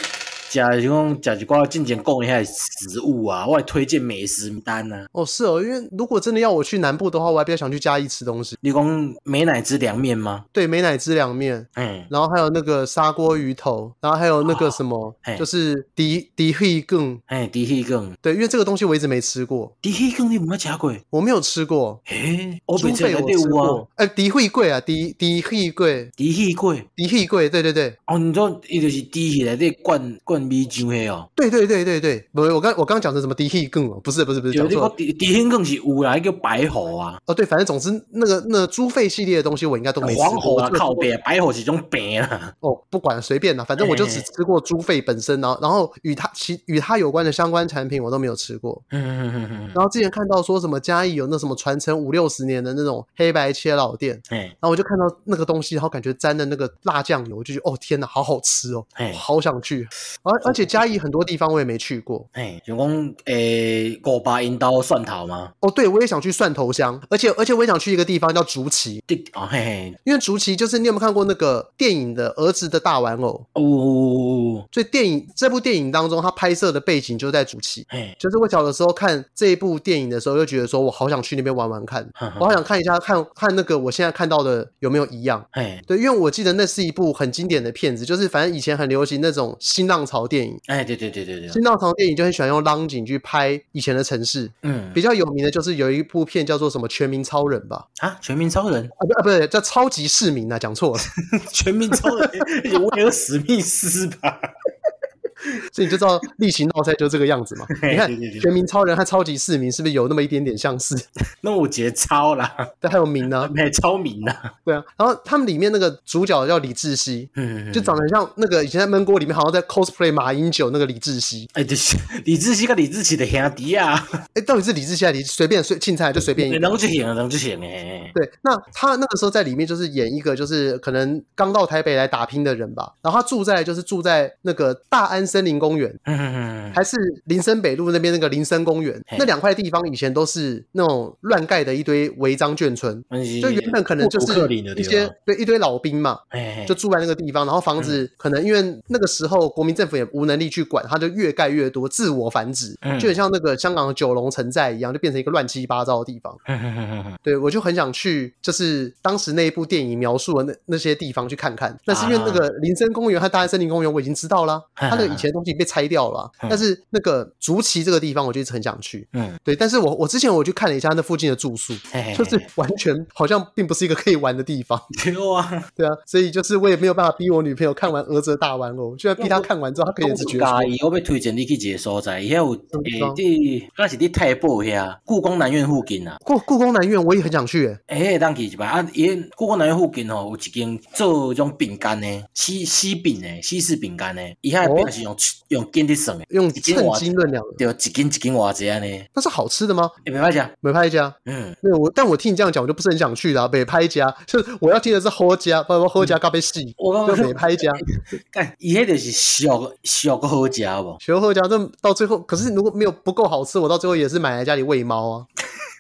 B: 就是讲食一寡进前讲的遐食物啊，我会推荐美食单啊。
A: 哦，是哦，因为如果真的要我去南部的话，我还比较想去嘉义吃东西。
B: 你讲美乃滋凉面吗？
A: 对，美乃滋凉面，
B: 嗯，
A: 然后还有那个砂锅鱼头，然后还有那个什么，
B: 哦嘿
A: 就是迪迪黑更，
B: 哎，迪黑羹，
A: 对，因为这个东西我一直没吃过，
B: 迪黑羹你毋捌食过？
A: 我没有吃过。
B: 嘿，我
A: 猪
B: 北这
A: 肺
B: 内
A: 我
B: 底
A: 吃
B: 有啊
A: 过，，哎、迪惠贵啊，迪迪惠贵，
B: 迪黑粿。
A: 迪惠贵，对对对，
B: 哦，你说伊就是猪血内底灌灌米上黑哦。
A: 对对对对对，不，我刚我刚讲成什么敌气更哦，不是不是不是，
B: 有
A: 讲
B: 那
A: 错
B: 个
A: 了
B: 敌敌天更是有啦，一个白虎啊，
A: 哦，对，反正总之那个那个猪肺系列的东西我应该都没吃过，
B: 黄虎啊
A: 我就
B: 靠边，白虎是一种病啦。
A: 哦，不管随便啦，反正我就只吃过猪肺本身，然后然后与它其与它有关的相关产品我都没有吃过。
B: 嗯
A: 然后之前看到说什么嘉义有那什么传承五六十年的那种黑白切老店，
B: 哎
A: 然后我就看到那个东西，然后感觉沾的那个辣酱油，我就觉得哦天哪，好好吃哦，
B: 哎
A: 好想去。而而且嘉义很多地方我也没去过，
B: 哎，想讲诶，五八因刀蒜头吗？
A: 哦，对我也想去蒜头乡，而且而且我也想去一个地方叫竹崎，
B: 对啊嘿嘿，
A: 因为竹崎就是你有没有看过那个电影的儿子的大玩偶？
B: 哦，
A: 所以电影这部电影当中，它拍摄的背景就在竹崎。
B: 嘿，
A: 就是我小的时候看这一部电影的时候，就觉得说我好想去那边玩玩看，我好想看一下看看那个我现在看到的有没有一样。
B: 嘿，
A: 对，因为我记得那是一部很经典的片子，就是反正以前很流行那种新浪潮电影，
B: 哎，对对对对对，
A: 新浪潮电影就很喜欢用浪景去拍以前的城市。
B: 嗯，
A: 比较有名的就是有一部片叫做什么《全民超人》吧？
B: 啊，全民超人，
A: 啊不啊不对，叫《超级市民》啊，讲错了，
B: 全民超人，威尔史密斯吧？
A: 所以你就知道例行闹赛就是这个样子嘛。你看
B: 对对对
A: 《全民超人》和《超级市民》是不是有那么一点点相似？
B: 那我节操啦，
A: 对，还有名呢、
B: 没超明啦，
A: 对啊。然后他们里面那个主角叫李志熙，
B: 嗯，
A: 就长得很像那个以前在闷锅里面好像在 cosplay 马英九那个李志熙，
B: 哎，就是李志熙跟李志奇的兄弟啊，
A: 哎，到底是李志熙还是李随便随青菜就随便一个。
B: 能就行，能就行哎，
A: 对，那他那个时候在里面就是演一个就是可能刚到台北来打拼的人吧，然后他住在就是住在那个大安森林公园，
B: 嗯，
A: 还是林森北路那边那个林森公园
B: 嘿
A: 那两块地方以前都是那种乱盖的一堆违章眷村，就原本可能就
B: 布鲁克
A: 是
B: 林的
A: 一
B: 地方
A: 些对一堆老兵嘛，
B: 哎，嗯
A: 就住在那个地方，然后房子可能因为那个时候国民政府也无能力去管，它就越盖越多，自我繁殖
B: 嗯，
A: 就很像那个香港的九龙城寨一样，就变成一个乱七八糟的地方。对我就很想去，就是当时那一部电影描述的那那些地方去看
B: 啊
A: 看。但是因为那个林森公园和大安森林公园我已经知 道啦，它那个以前的东西被拆掉了啊，
B: 嗯
A: 但是那个竹崎这个地方我就一直很想去。
B: 嗯，
A: 对，但是我我之前我去看了一下那附近的住宿，
B: 哎
A: 就是完全好像并不是一个可以玩的地方。
B: 丢啊，
A: 对啊，所以就是我也没有办法逼我女朋友看完儿子的大玩偶，居然逼她看完之后，她可以
B: 我
A: 只觉得
B: 家
A: 说
B: 伊，我要推荐你去一个所在，遐有诶，伫那是伫太保遐，故宫南院附近啊。
A: 故故宫南院我也很想去、欸，
B: 诶，会当去一摆啊！伊故宫南院附近吼，有一间做迄种饼干呢，西西饼呢，西式饼干呢，伊遐饼是用用斤伫算诶，
A: 用
B: 一斤
A: 称
B: 偌
A: 斤论两的，
B: 对，一斤一斤偌济安尼，
A: 那是好吃的吗？
B: 会袂歹食。
A: 美拍家，
B: 嗯，
A: 没有我，但我听你这样讲，我就不是很想去啦。美拍家，就是我要听的是喝家，不不喝家咖啡戏，
B: 我刚
A: 就
B: 刚
A: 美拍家，
B: 干，伊迄就是俗俗个好食有无？
A: 学喝家，这到最后，可是如果没有不够好吃，我到最后也是买来家里喂猫啊，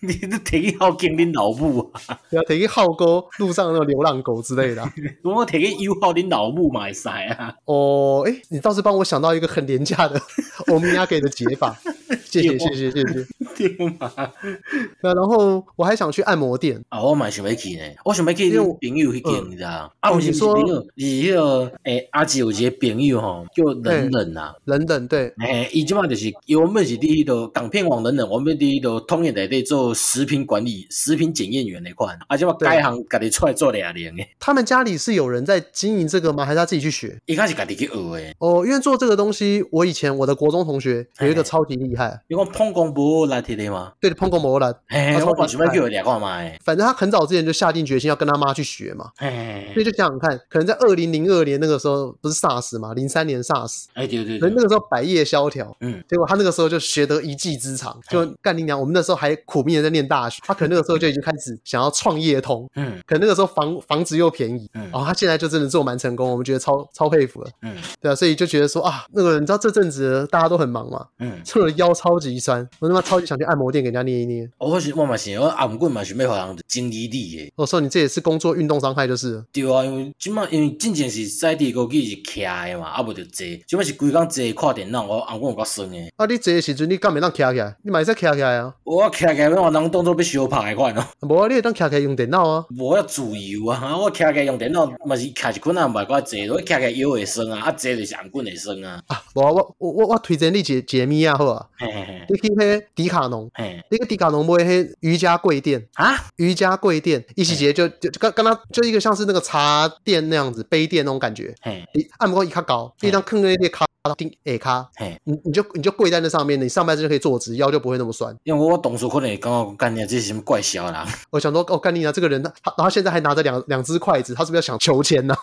B: 你你摕去孝敬恁老母啊，
A: 对啊，等于好沟路上那种流浪狗之类的啊、
B: 我摕去友好恁老母嘛会使啊。
A: 哦，哎，你倒是帮我想到一个很廉价的 欧米亚给的解法，谢谢谢谢谢谢。
B: 对嘛？
A: 对啊，然后我还想去按摩 店，
B: 啊，我嘛想要去呢，我想要去
A: 因为我
B: 恁朋友迄间，
A: 嗯
B: 你知道？啊，不是
A: 你
B: 不是
A: 说
B: 朋友，是迄个诶，阿姐有一个朋友吼，叫冷冷啊。
A: 冷冷对，
B: 诶，伊即摆就是，伊原本是伫迄个港片网冷冷，原本伫迄个通业内底做食品管理、食品检验员那款，啊，即摆改行家己出来做俩零诶，
A: 他们家里是有人在经营这个吗？还是他自己去学？
B: 伊开始家己去学诶。
A: 哦，因为做这个东西，我以前我的国中同学有一
B: 哎
A: 个超级厉害，
B: 你讲碰工无来摕的吗？
A: 对碰过摩兰，
B: 嘿，
A: 啊
B: 我
A: 超
B: 嘛
A: 级
B: 想要
A: 快
B: 叫伊掠看卖。
A: 反正他很早之前就下定决心要跟他妈去学嘛。
B: 嘿
A: 所以，就想想看，可能在二零零二年那个时候不是 SARS 嘛，零三年 SARS，
B: 哎，对对
A: 可
B: 对
A: 能那，个时候百业萧条，
B: 嗯，哎
A: 结果他那个时候就学得一技之长，就干你娘！我们那时候还苦命的在念大学，他可能那个时候就已经开始想要创业通，
B: 嗯
A: 可能那个时候房房子又便宜，
B: 嗯
A: 然哦后他现在就真的做蛮成功，我们觉得超超佩服了，
B: 嗯
A: 对啊，所以就觉得说啊，那个你知道这阵子大家都很忙嘛，
B: 嗯，
A: 所以我的腰超级酸，我他妈超级想去按摩店给人家捏一捏。
B: 哦我是我嘛是，我颔棍嘛想要互人经理你诶。
A: 哦我说你这也是工作运动伤害就是了，
B: 对啊，因为即摆因为进前是在地高技是徛诶嘛，啊无着坐，即摆是规工坐看电脑，我颔棍有够酸诶。
A: 啊，你这个时阵你干袂当徛起来，你买使徛起来啊，
B: 我徛起来要互人当做要相拍诶款哦，
A: 无啊，你会当徛起来用电脑啊。
B: 无要自由啊！我徛起来用电脑嘛是徛一困啊，唔怪坐，我徛起来腰会酸啊，啊坐就是颔棍会酸啊。
A: 啊，无啊，我我我我推荐你一个一个物啊，好啊，
B: 嘿嘿嘿
A: 你去迄迪卡侬，
B: 嘿
A: 你去迪卡侬买迄瑜伽柜垫，
B: 啊，
A: 瑜伽柜垫，伊是直接就就就跟跟他就一个像是那个茶垫那样子杯垫那种感觉，
B: 嘿
A: 你按摩一卡高，你当坑那个卡顶下卡，
B: 嘿，
A: 你你就你就跪在那上面，你上半身就可以坐直，腰就不会那么酸。
B: 因为我同事可能会感觉干你这是什么怪小人，
A: 我想说，哦，干你啊，这个人他他然后现在还拿着两两只筷子，他是不是要想求啊签呢、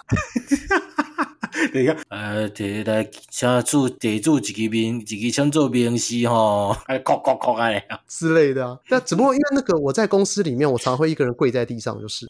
B: 你看，呃，摕来请主地主一支名，一支请做名师吼，啊，哭哭哭啊 咧，
A: 之类的啊？那只不过因为那个我在公司里面，我常会一个人跪在地上，就是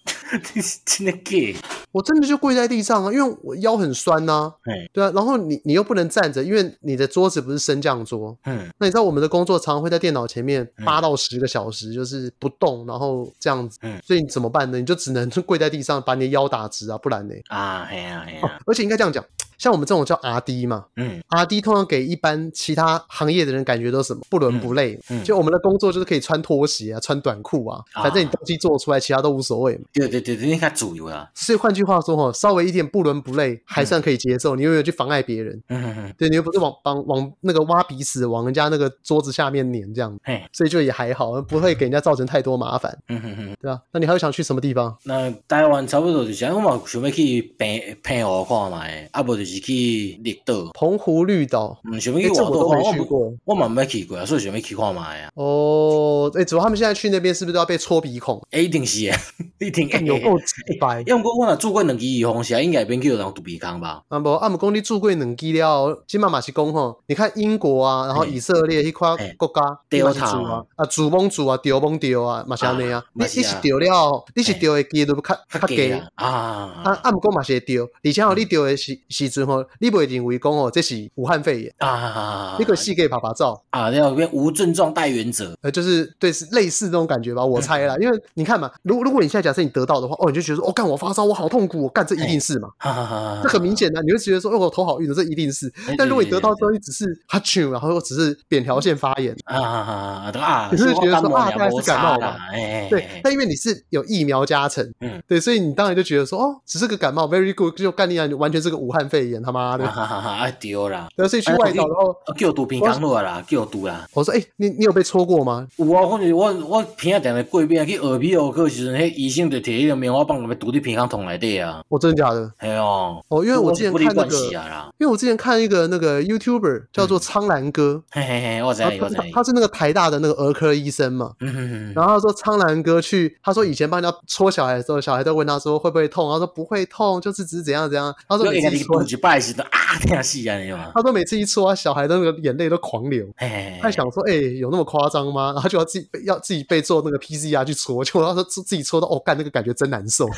B: 你是真的假的？
A: 我真的就跪在地上啊，因为我腰很酸呐、
B: 嘿
A: 对啊，然后你你又不能站着，因为你的桌子不是升降桌。
B: 嗯，
A: 那你知道我们的工作常常会在电脑前面
B: 嗯
A: 八到十个小时，就是不动，然后这样子
B: 嗯，
A: 所以你怎么办呢？你就只能就 跪在地上，把你的腰打直啊，不然呢？
B: 啊，嘿啊嘿
A: 哦
B: 啊，
A: 而且应该这样讲，像我们这种叫 R D 嘛，
B: 嗯
A: R D 通常给一般其他行业的人感觉都是什么不伦不类，
B: 嗯，
A: 就我们的工作就是可以穿拖鞋啊、穿短裤啊，
B: 啊
A: 反正你东西做出来，其他都无所谓嘛。
B: 对对对，你较自由啦，
A: 所以换句话说哈，稍微一点不伦不类还算可以接受，你又没有去妨碍别人，
B: 嗯嗯嗯，
A: 对你又不是往往往那个挖鼻屎往人家那个桌子下面撵这样，
B: 嘿，
A: 所以就也还好，不会给人家造成太多麻烦，
B: 嗯嗯嗯，
A: 对吧、那你还有想去什么地方？
B: 那台湾差不多就是，我嘛想要去澎澎湖看卖，啊，无就是去绿岛，
A: 澎湖绿岛，
B: 嗯，想要
A: 哎、
B: 去
A: 这
B: 外
A: 我
B: 岛
A: 都没
B: 看，
A: 去
B: 我
A: 过。
B: 我嘛毋捌去过啊，所以想要去看卖啊，
A: 哦，哎、主要他们现在去那边是不是都要被戳鼻孔？
B: 欸一定是诶，一定会
A: 干有够直白。
B: 要毋过我若住过两支预防下，应该免去有人堵鼻孔吧？
A: 啊无，啊毋讲你住过两支了，即嘛嘛是讲吼，你看英国啊，然后
B: 嘿
A: 以色列迄款
B: 嘿
A: 国家，
B: 对
A: 你嘛是
B: 头
A: 住啊，啊住蒙住啊，丢蒙丢啊，嘛是安尼啊
B: 啊，
A: 你
B: 嘛是啊
A: 你是丢了，你是
B: 嘿
A: 丢的几率较较低
B: 假。啊！
A: 啊
B: 啊嗯
A: 啊，毋过嘛是会丢，而且吼你丢的时时阵吼，你袂认为讲吼这是武汉肺炎，
B: 啊啊！
A: 你个世界拍拍照，
B: 啊，要变无症状带原者，
A: 呃，就是对是类似这种感觉
B: 嗯
A: 吧，我猜啦，因为你看嘛，如如果你现在假设你得到的话，哦，你就觉得说，哦，干我发烧，我好痛苦，哦，干这一定是嘛，
B: 哈哈哈！
A: 这很明显的，你会觉得说，哦，我头好晕的，这一定是。
B: 嗯哎。
A: 但如果你
B: 对
A: 得到之后，你只是哈啾，然后只是扁条腺发炎，
B: 啊啊啊啊啊！
A: 你会觉得说啊
B: 大概
A: 大概是感冒吧
B: 啦，哎，
A: 对。但因为你是有疫苗加成，
B: 嗯，
A: 对，所以你当然就觉得说，哦，只是个感冒，very good，就干你啊，你完全是个武汉肺炎，他妈
B: 啊
A: 的。
B: 哈哈哈！啊对啦，
A: 对，所以去外岛，
B: 哎
A: 然后
B: 啊叫我堵鼻孔落啦，叫我堵啦。
A: 我说，哎，你你有被戳过吗？
B: 有啊，我就是我我鼻仔定定过敏啊，去耳鼻喉科的时阵，迄医生就摕迄个棉花棒，要堵你鼻孔筒内底啊。
A: 哦，真的假的？
B: 嘿哦，
A: 哦，因为我之前
B: 不离
A: 看那
B: 惯
A: 个，
B: 系
A: 因
B: 啊啦。
A: 为我之前看一个那个 YouTuber 叫做
B: 嗯
A: 苍兰哥，
B: 嘿嘿嘿，我知
A: 他
B: 道
A: 他
B: 我知道
A: 他是那个台大的那个儿科医生嘛，
B: 嗯嗯嗯。
A: 然后他说苍兰哥去，他说以前帮人家戳小孩的时候，小孩都问他说会不会痛，他说不会痛，就是只是怎样怎样。他说
B: 所
A: 每
B: 以
A: 次
B: 你
A: 一戳
B: 赌，一摆是都啊，疼死安尼嘛。
A: 他说每次一戳，小孩的那个眼泪都狂流。
B: 哎，
A: 他想说，哎、有那么夸张吗？然后就要自己被要自己被做那个 PCR 去戳，就他说自自己戳到，哦，干那个感觉真难受。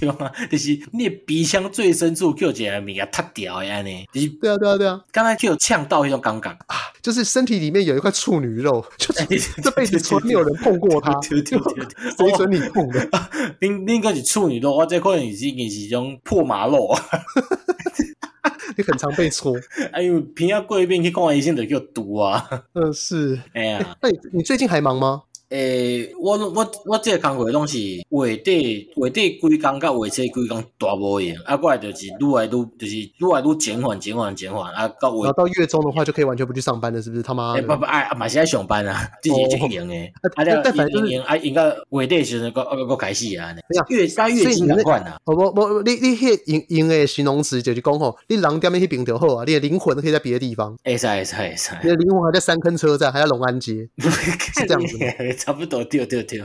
B: 对啊，就是你的鼻腔最深处叫一个物件塌掉的安尼，就是
A: 对啊，对啊，对啊，
B: 刚才叫呛到迄种感觉。
A: 就是身体里面有一块处女肉，就是 这辈子从来没有人碰过它，
B: 对对对对，
A: 谁准你碰的？
B: 恁恁个是处女座，我这可能是已经是一种破马路，
A: 你很常被戳。
B: 哎呦，鼻仔过敏去看医生就叫毒啊，
A: 嗯，是。
B: 哎呀，
A: 那你你最近还忙吗？
B: 诶，我我我这个工课拢是月底月底几工甲月初几工大无闲，啊，我就是愈来愈就是愈来愈减缓减缓减缓，啊，到月
A: 然后到月中的话，就可以完全不去上班了，是不是？他妈
B: 哎、
A: 的！
B: 不不，哎，啊嘛是爱上班啊， 这
A: 哦
B: 是经营诶。啊，
A: 但
B: 了
A: 但反正就
B: 经
A: 是，
B: 营啊，应该月底的时阵，个个开始啊，呢
A: 呀
B: 月加月经两款啊，
A: 哦不不，你你迄用用的形容词就是讲吼，你人踮咧迄边就好啊，你的灵魂可以在别的地方，
B: 会使会使会使，
A: 你的灵魂还在三坑车站，还在龙安街。
B: 是
A: 这样子
B: 差不多对对对。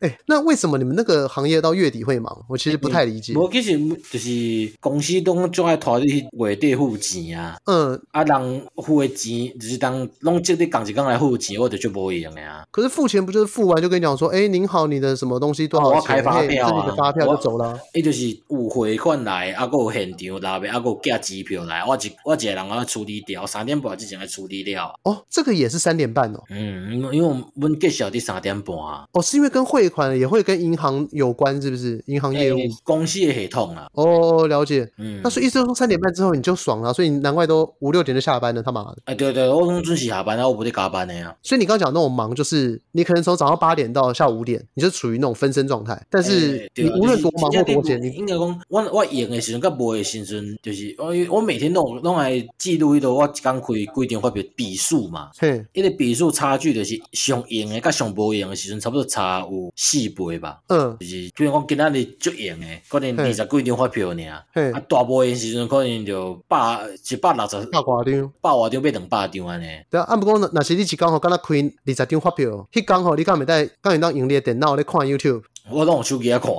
A: 哎，那为什么你们那个行业到月底会忙？我其实不太理解。
B: 无其实就是公司拢总爱拖你去月底付钱啊，
A: 嗯，
B: 啊人付的钱就是当拢接你同一工来付钱，我就就无用的啊。
A: 可是付钱不就是付完就跟你讲说，哎，您好，你的什么东西多
B: 哦
A: 少
B: 我
A: 钱？
B: 开发
A: 嘿
B: 票啊
A: 这里的发票就
B: 我
A: 走了。啊
B: 伊就是有汇款来，啊，佮有现场拉尾，啊，佮有寄支票来，我一我一个人啊处理掉，三点半之前要处理了。
A: 哦，这个也是三点半哦。
B: 嗯，因为因为阮介绍你三点半啊，
A: 哦，是因为跟汇款也会跟银行有关，是不是？银行业务
B: 欸公司的系统啊，
A: 哦，了解。
B: 嗯，
A: 哦那所以意思就是说三点半之后你就爽了，所以你难怪都五六点就下班了，他妈的。
B: 哎，对对，我拢准时下班啊，我不得加班的啊。
A: 所以你刚讲那种忙，就是你可能从早上八点到下午五点，你就处于那种分身状态。但是
B: 欸对
A: 你
B: 啊
A: 无论多忙或多
B: 就是
A: 闲，你
B: 应该讲，我我用的时阵甲无的时阵，就是我我每天拢有拢来记录迄度，我一工开规定发表笔数嘛。
A: 嘿，
B: 迄个笔数差距就是上用的甲上无用的时阵，差不多差有四倍吧。
A: 嗯，
B: 就是比如讲今仔日足用的，可能
A: 嘿
B: 二十几张发票尔，啊
A: 嘿，
B: 大部分的时阵可能就百一百六十
A: 大夸张。
B: 百外张变两百张安尼。
A: 对啊，啊，不过若若是你一工吼，敢若开二十张发票，迄工吼你敢会带，敢会当用你的电脑咧看 YouTube。
B: 我拢有手机啊看，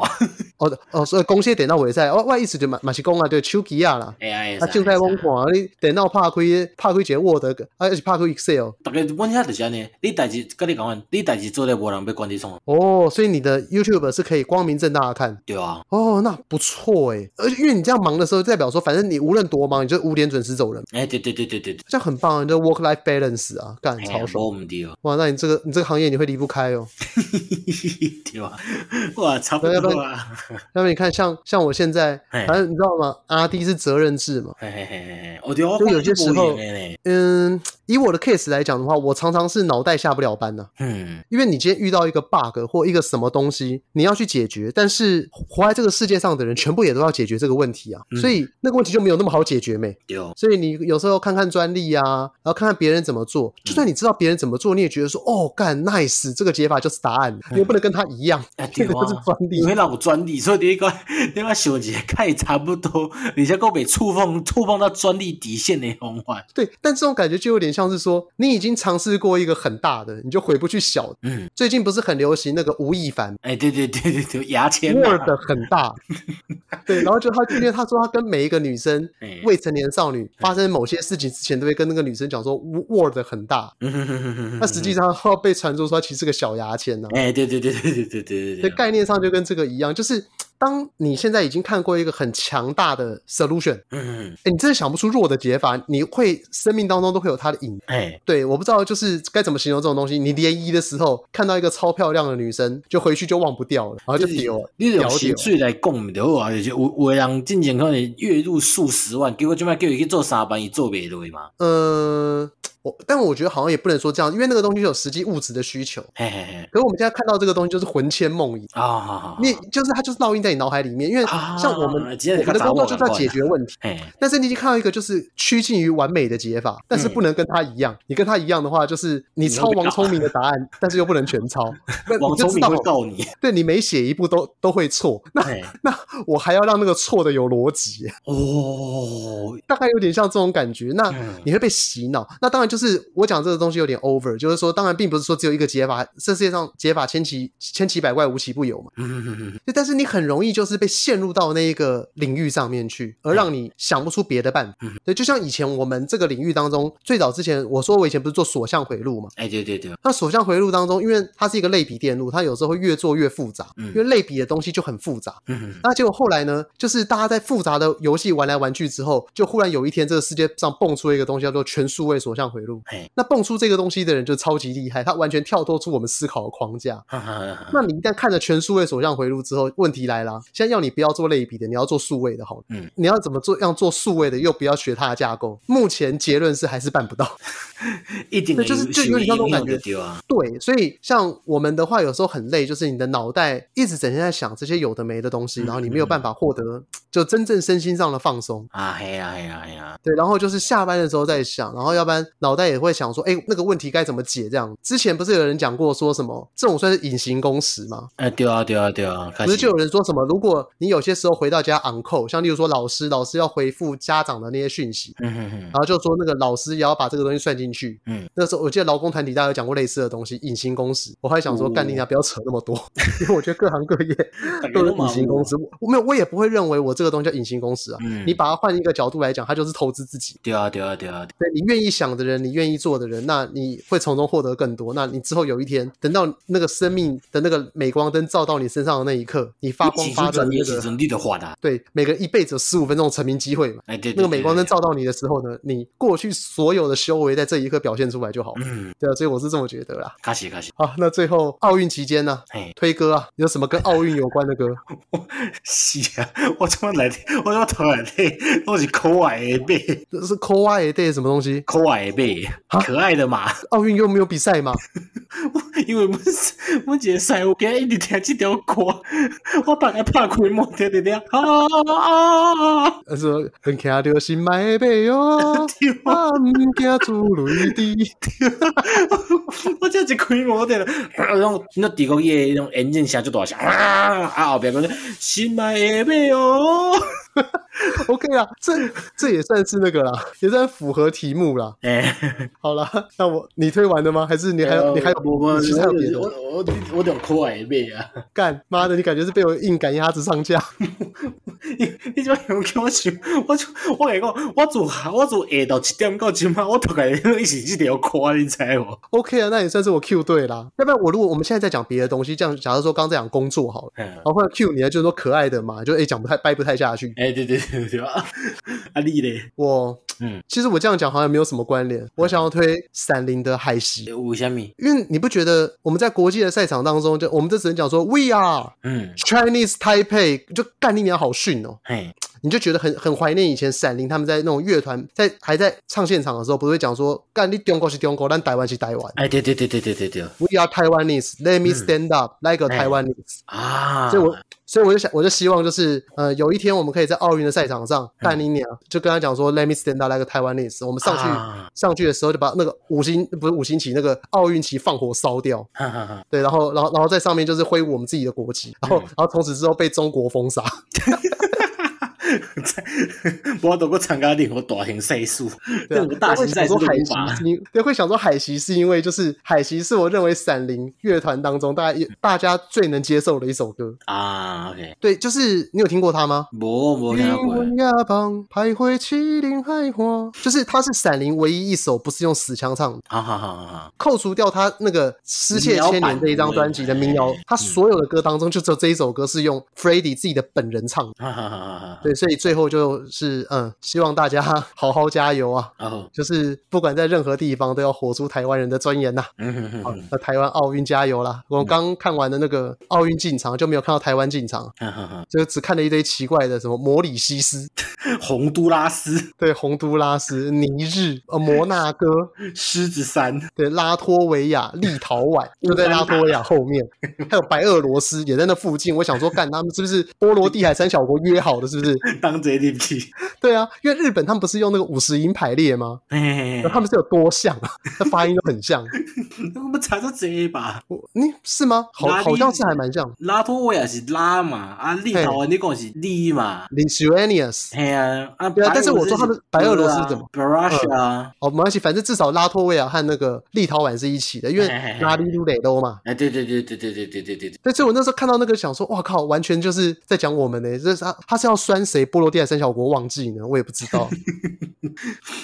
A: 哦哦，所以公司的电脑袂使，我我的意思就嘛嘛是讲啊，对手机啊啦，
B: 哎呀，
A: 啊，就在网看，你电脑拍开拍开一个 Word，啊，还是拍开 Excel。
B: 大概阮遐就是安尼，你代志甲你讲完，你代志做咧无人要管你创，
A: 哦，所以你的 YouTube 是可以光明正大的看。
B: 对啊。
A: 哦，那不错诶，而且因为你这样忙的时候，代表说，反正你无论多忙，你就五点准时走人，
B: 哎、对对对对对对，
A: 这样很棒啊！你的 work life balance 啊，干
B: 哎
A: 超
B: 呀，
A: 爽
B: 无毋对，
A: 哇！那你这个你这个行业你会离不开哦。
B: 对吧？哇，差不多啊。
A: 那么你看，像像我现在，
B: 嘿
A: 反正你知道吗？阿弟是责任制嘛，
B: 嘿嘿嘿嘿，我对我
A: 就有些时候
B: 看你不赢的呢，
A: 嗯，以我的 case 来讲的话，我常常是脑袋下不了班呢、
B: 嗯，
A: 因为你今天遇到一个 bug 或一个什么东西，你要去解决，但是活在这个世界上的人全部也都要解决这个问题啊，
B: 嗯
A: 所以那个问题就没有那么好解决没。
B: 对，
A: 所以你有时候看看专利啊，然后看看别人怎么做，就算你知道别人怎么做，你也觉得说，哦，干 nice，这个解法就是答案，你也不能跟他一样，
B: 啊
A: 这
B: 对
A: 个就是
B: 啊。
A: 专利
B: 因。为那有专利，所以你个 你个想一个看差不多， 而且够被触碰触碰到专利底线的方法。
A: 对，但这种感觉就有点像是说，你已经尝试过一个很大的，你就回不去小的。
B: 嗯，
A: 最近不是很流行那个吴亦凡
B: 哎、对对对对对，牙签嘛。
A: ，Word 很大，对，然后就他因为他说他跟每一个女生。
B: 哎
A: 未成年少女发生某些事情之前，都会跟那个女生讲说 Word 很大，
B: 嗯哼哼哼哼
A: 那实际上后来被传出说他其实是个小牙签呢、
B: 哎、啊对对对对对
A: 所
B: 对对对
A: 以
B: 对，
A: 概念上就跟这个一样，就是当你现在已经看过一个很强大的 solution，哎
B: 嗯，
A: 诶你真的想不出弱的解法，你会生命当中都会有它的影。
B: 哎、
A: 对，我不知道就是该怎么形容这种东西。你联谊的时候看到一个超漂亮的女生，就回去就忘不掉了，然后就丢了。
B: 你
A: 了
B: 用
A: 解
B: 薪水来讲就好啊，就是有有的人进前可能月入数十万，结果即摆叫伊去做三班，伊做袂落嘛。
A: 呃，我但我觉得好像也不能说这样，因为那个东西有实际物质的需求。
B: 嘿嘿嘿，
A: 可是我们现在看到这个东西就是魂牵梦萦，
B: 啊好好，
A: 你就是它就是烙印在你脑海里面，因为
B: 啊
A: 像我们、
B: 直接
A: 我们的
B: 跟杂
A: 工作
B: 货
A: 就是要
B: 赶快
A: 解决问题。
B: 嘿，
A: 但是你已经看到一个就是趋近于完美的解法，但
B: 嗯
A: 是不能跟他一样。你跟他一样的话，就是你抄王聪明的答 案，但是又不能全抄。那
B: 王
A: 你就
B: 聪
A: 知
B: 明
A: 道
B: 会，告你。
A: 对你每写一步都都会错。那
B: 嘿，
A: 我还要让那个错的有逻辑，
B: 哦，
A: 大概有点像这种感觉。那
B: 嗯
A: 你会被洗脑。那当然就是我讲这个东西有点 over，就是说，当然并不是说只有一个解法，这世界上解法千奇千奇百怪，无奇不有嘛。
B: 嗯，
A: 但是你很容易就是被陷入到那一个领域上面去，而让你想不出别的办法
B: 嗯。
A: 对，就像以前我们这个领域当中，最早之前我说我以前不是做所向回路嘛？
B: 哎对对对，
A: 那所向回路当中，因为它是一个类比电路，它有时候会越做越复杂，
B: 嗯
A: 因为类比的东西就很复杂。
B: 嗯，
A: 那结果后来呢，就是大家在复杂的游戏玩来玩去之后，就忽然有一天，这个世界上蹦出一个东西叫做全数位所向回路
B: 嘿。
A: 那蹦出这个东西的人就超级厉害，他完全跳脱出我们思考的框架。
B: 哈哈哈
A: 那
B: 哈
A: 你一旦看了全数位所向回路之后，问题来啦，现在要你不要做类比的，你要做数位的好了。
B: 嗯，
A: 你要怎么做？要做数位的，又不要学它的架构。目前结论是还是办不到。
B: 一定的
A: 对就是就有点像那种感觉
B: 对啊，
A: 对，所以像我们的话，有时候很累，就是你的脑袋一直整天在想这些有的没的东西，
B: 嗯
A: 然后你没有办法获得就真正身心上的放松。
B: 啊嘿啊嘿啊嘿啊，
A: 对，然后就是下班的时候再想，然后要不然脑袋也会想说，哎，那个问题该怎么解？这样之前不是有人讲过说什么这种算是隐形公式吗？
B: 哎对啊对啊对啊，开
A: 不
B: 始
A: 是就有人说什么，如果你有些时候回到家 on call，像例如说老师，老师要回复家长的那些讯息，
B: 嗯哼哼
A: 然，后就说那个老师也要把这个东西算进去。
B: 嗯，
A: 那时候我记得劳工团体大家有讲过类似的东西，隐形工时。我还想说，
B: 哦
A: 干你啊，不要扯那么多， 因为我觉得各行各 业
B: 大家
A: 都有
B: 嘛
A: 隐形工时。我我没有，我也不会认为我这个东西叫隐形工时啊。
B: 哦嗯
A: 你把它换一个角度来讲，它就是投资自己。
B: 对啊对啊对啊，
A: 对你愿意想的人，人，你愿意做的人，那你会从中获得更多。那你之后有一天，等到那个生命的那个镁光灯照到你身上的那一刻，你发光发热的
B: 你
A: 那
B: 起
A: 个，
B: 身你的话的，
A: 对，每个人一辈子有十五分钟的成名机会嘛。
B: 哎对，
A: 那
B: 对
A: 个镁光灯，
B: 对
A: 照到你的时候呢，你过去所有的修为在这一刻表现出来就好了。
B: 对嗯，
A: 对啊，所以我是这么觉得啦。
B: 卡西卡西，
A: 好，那最后奥运期间呢、
B: 哎，
A: 推歌啊，有什么跟奥运有关的歌？
B: 是啊，我怎么来，我怎么头来的，我是可爱的贝，
A: 这是 k o a Day 什么东西？
B: 可爱的贝
A: 啊，
B: 可爱的马，
A: 奥运又没有比赛嘛？
B: 因为阮阮一个师傅今日一直听即条歌，我逐个拍开门听听听，啊啊啊！
A: 呃说很卡着心买背哦，
B: 对啊，
A: 啊唔惊出雷滴。
B: 我这一开门，我听到那种那地国伊迄种眼镜声就大声，啊啊后壁讲心内下尾哦，
A: OK 啦，这这也算是那个啦，也算符合题目啦。
B: 诶，
A: 好啦，那我你推完了吗？还是你还有、你还有
B: 呃我我
A: 你其实还有别的？
B: 我我我两可爱的尾啊！
A: 干妈的，你感觉是被我硬赶鸭子上架？
B: 你你怎么用叫我想？我就我来讲，我自我自下到一点到即晚，我大概一时即条歌，你知无？
A: OK 啊，那也算是我 Q 对啦。要不然我如果我们现在在讲别的东西，这样假如说刚刚在讲工作好了，
B: 嗯
A: 然后后来 Q 你呢，就是说可爱的嘛，就诶讲不太掰不太下去。
B: 哎、对对对对啊！啊，你咧？
A: 我
B: 嗯，
A: 其实我这样讲好像没有什么关联。我想要推《闪灵》的《海袭》，
B: 为什么？
A: 因为你不觉得我们在国际的赛场当中，就我们这只能讲说 We are
B: 嗯，
A: Chinese Taipei，就干你娘好逊哦！
B: 嘿，
A: 你就觉得很很怀念以前闪灵他们在那种乐团在还在唱现场的时候，不是会讲说干你中国是中国，但台湾是 台湾。
B: 哎，对对对对对对对，
A: We are Taiwanese, let me
B: 嗯
A: stand up like a
B: 哎
A: Taiwanese。
B: 啊，
A: 所以我，所以我就想，我就希望就是，呃，有一天我们可以在奥运的赛场上，干你娘，就跟他讲说，Let me stand up like a Taiwanese。我们上去、
B: 啊
A: 上去的时候，就把那个五星不是五星旗，那个奥运旗放火烧掉，
B: 哈哈哈，
A: 对，然后然后然后在上面就是挥舞我们自己的国旗，然后、
B: 嗯
A: 然后从此之后被中国封杀。
B: 我都过参加任何大型赛事，
A: 对、啊
B: 任何，大型
A: 会想
B: 赛事
A: 说
B: 都
A: 海
B: 无
A: 奇
B: 法。
A: 是因，对，会想说海奇是因为就是海奇是我认为闪灵乐团当中大家大家最能接受的一首歌。
B: 啊，OK，
A: 对，就是你有听过它吗？
B: 无无听
A: 英
B: 过，
A: 文亚邦徘徊麒麟海花，就是它是闪灵唯一一首不是用死腔唱的，
B: 好好好好好，
A: 扣除掉它那个《失窃千年》这一张专辑的民谣
B: 民谣版，
A: 它所有的歌当中就只有这一首歌是用 f r e d d y 自己的本人唱的。
B: 哈哈哈哈哈，
A: 对，所以最后就是嗯，希望大家 好好加油啊！
B: 哦，
A: 就是不管在任何地方都要活出台湾人的尊严呐、
B: 嗯哼哼
A: 好
B: 哼，
A: 那台湾奥运加油啦！我刚看完的那个奥运进场就没有看到台湾进场，
B: 哈哈哈，
A: 就只看了一堆奇怪的什么摩里西斯、
B: 洪都拉斯
A: 对洪都拉斯、尼日、呃摩纳哥、
B: 狮子山，
A: 对拉脱维亚、立陶宛，就在拉脱维亚后面，还有白俄罗斯也在那附近。我想说，干他们是不是波罗的海三小国约好的？是不是？
B: 当贼立屁，
A: 对啊，因为日本他们不是用那个五十音排列吗？
B: 嘿嘿
A: 他们是有多像啊？那发音都很像。
B: 我们查到这吧。
A: 我你是吗？好
B: 哪，里
A: 好像是还蛮像。
B: 拉脱维亚是拉嘛，啊，立陶宛你讲是立嘛，
A: Lithuanians，
B: 嘿啊，啊，
A: 对啊但是我说他们白俄罗斯怎么
B: ？Russia 啊，
A: 哦，没关系，反正至少拉脱维亚和那个立陶宛是一起的，因为
B: 嘿嘿嘿
A: 拉里鲁雷都嘛。
B: 哎，对对对对对对对对对对，
A: 对，所以我那时候看到那个，想说，哇靠，完全就是在讲我们呢、这是他他是要酸谁？波罗的海三小国忘记呢？我也不知 道。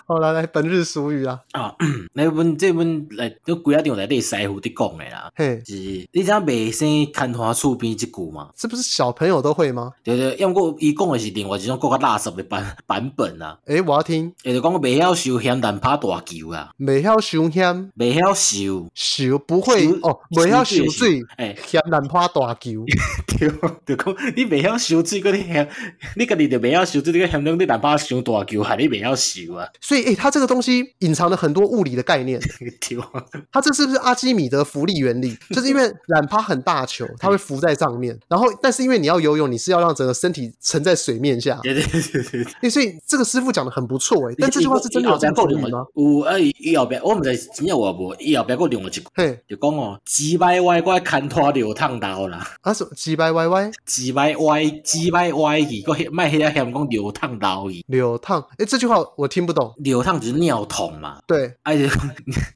A: 好啦，来本日俗语啊，
B: 啊， 那本这本来都几啊场内底师傅伫讲的啦，
A: 嘿，
B: 是你知影未生看花厝边即句嘛？
A: 这不是小朋友都会吗？
B: 对对，要过伊讲的是另外一种更较垃圾的版版本啊，
A: 诶，我要听，
B: 也就讲未晓收嫌但拍大球啊，
A: 未晓熊险，
B: 未晓收。
A: 修不会
B: 收
A: 哦，未晓修水，
B: 哎，
A: 嫌难怕大球。
B: 对，就讲你未晓收水，个你嫌， 你家己就未晓收水，你个嫌你难怕收大球，害你未晓收啊，
A: 所以，诶，它这个东西隐藏了很多物理的概念。
B: 对啊，
A: 它这是不是阿基米德浮力原理？就是因为懒趴很大球，它会浮在上面，然后但是因为你要游泳，你是要让整个身体沉在水面下。
B: 对对对对对。
A: 诶所以这个师傅讲的很不错诶、但这句话是真的有这样
B: 够
A: 成
B: 另
A: 语
B: 外
A: 吗？
B: 有啊，伊伊后壁我毋知是真正有无，伊后壁佫另外一句
A: 嘿，
B: 就讲哦，鸡歹歪我牵拖流烫刀啦，
A: 啊什么鸡掰歪歪
B: 鸡歹歪鸡歹歪去，佫莫迄个嫌讲流淌老矣，
A: 流淌，哎，这句话我听不懂。
B: 流淌就是尿桶嘛。
A: 对，
B: 而且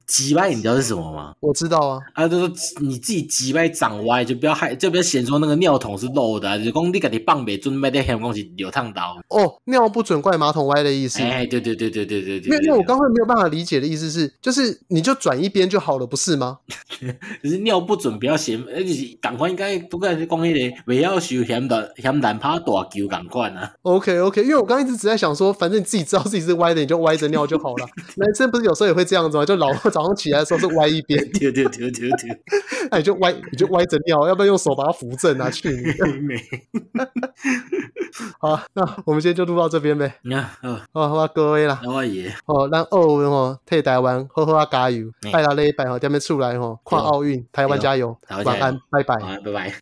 B: 急歪，你知道是什么吗？
A: 我知道啊，
B: 啊，就说你自己急歪长歪，就不要害，就不要嫌说那个尿桶是漏的、啊，就是讲你家己放袂准，麦在嫌讲是流淌老。
A: 哦，尿不准怪马桶歪的意思。
B: 哎，对对对对对对对。
A: 没有，因为我刚
B: 对
A: 会没有办法理解的意思是，就是你就转一边就好了，不是吗？
B: 就是尿不准，不要嫌，而且赶快应该不管是讲迄个，不要受嫌难嫌难拍大球赶快啊。
A: OK OK，因为我刚一直只在想说，反正你自己知道自己是歪的，你就歪着尿就好了。男生不是有时候也会这样子吗？就老早上起来的时候是歪一边，
B: 对对对对对。
A: 那你就歪，你就歪着尿，要不然用手把它扶正啊。去你！
B: 美，
A: 好，啊那我们今天就录到这边呗。
B: 你看，哦，
A: 哦，好吧，各位啦，
B: 我也
A: 哦，咱奥运哦，替台湾好好啊加油
B: 嗯！
A: 拜啦礼拜吼，踮咧厝内吼，看奥运，台湾加油
B: 台湾，加油
A: 晚安，拜拜
B: 好。，拜拜。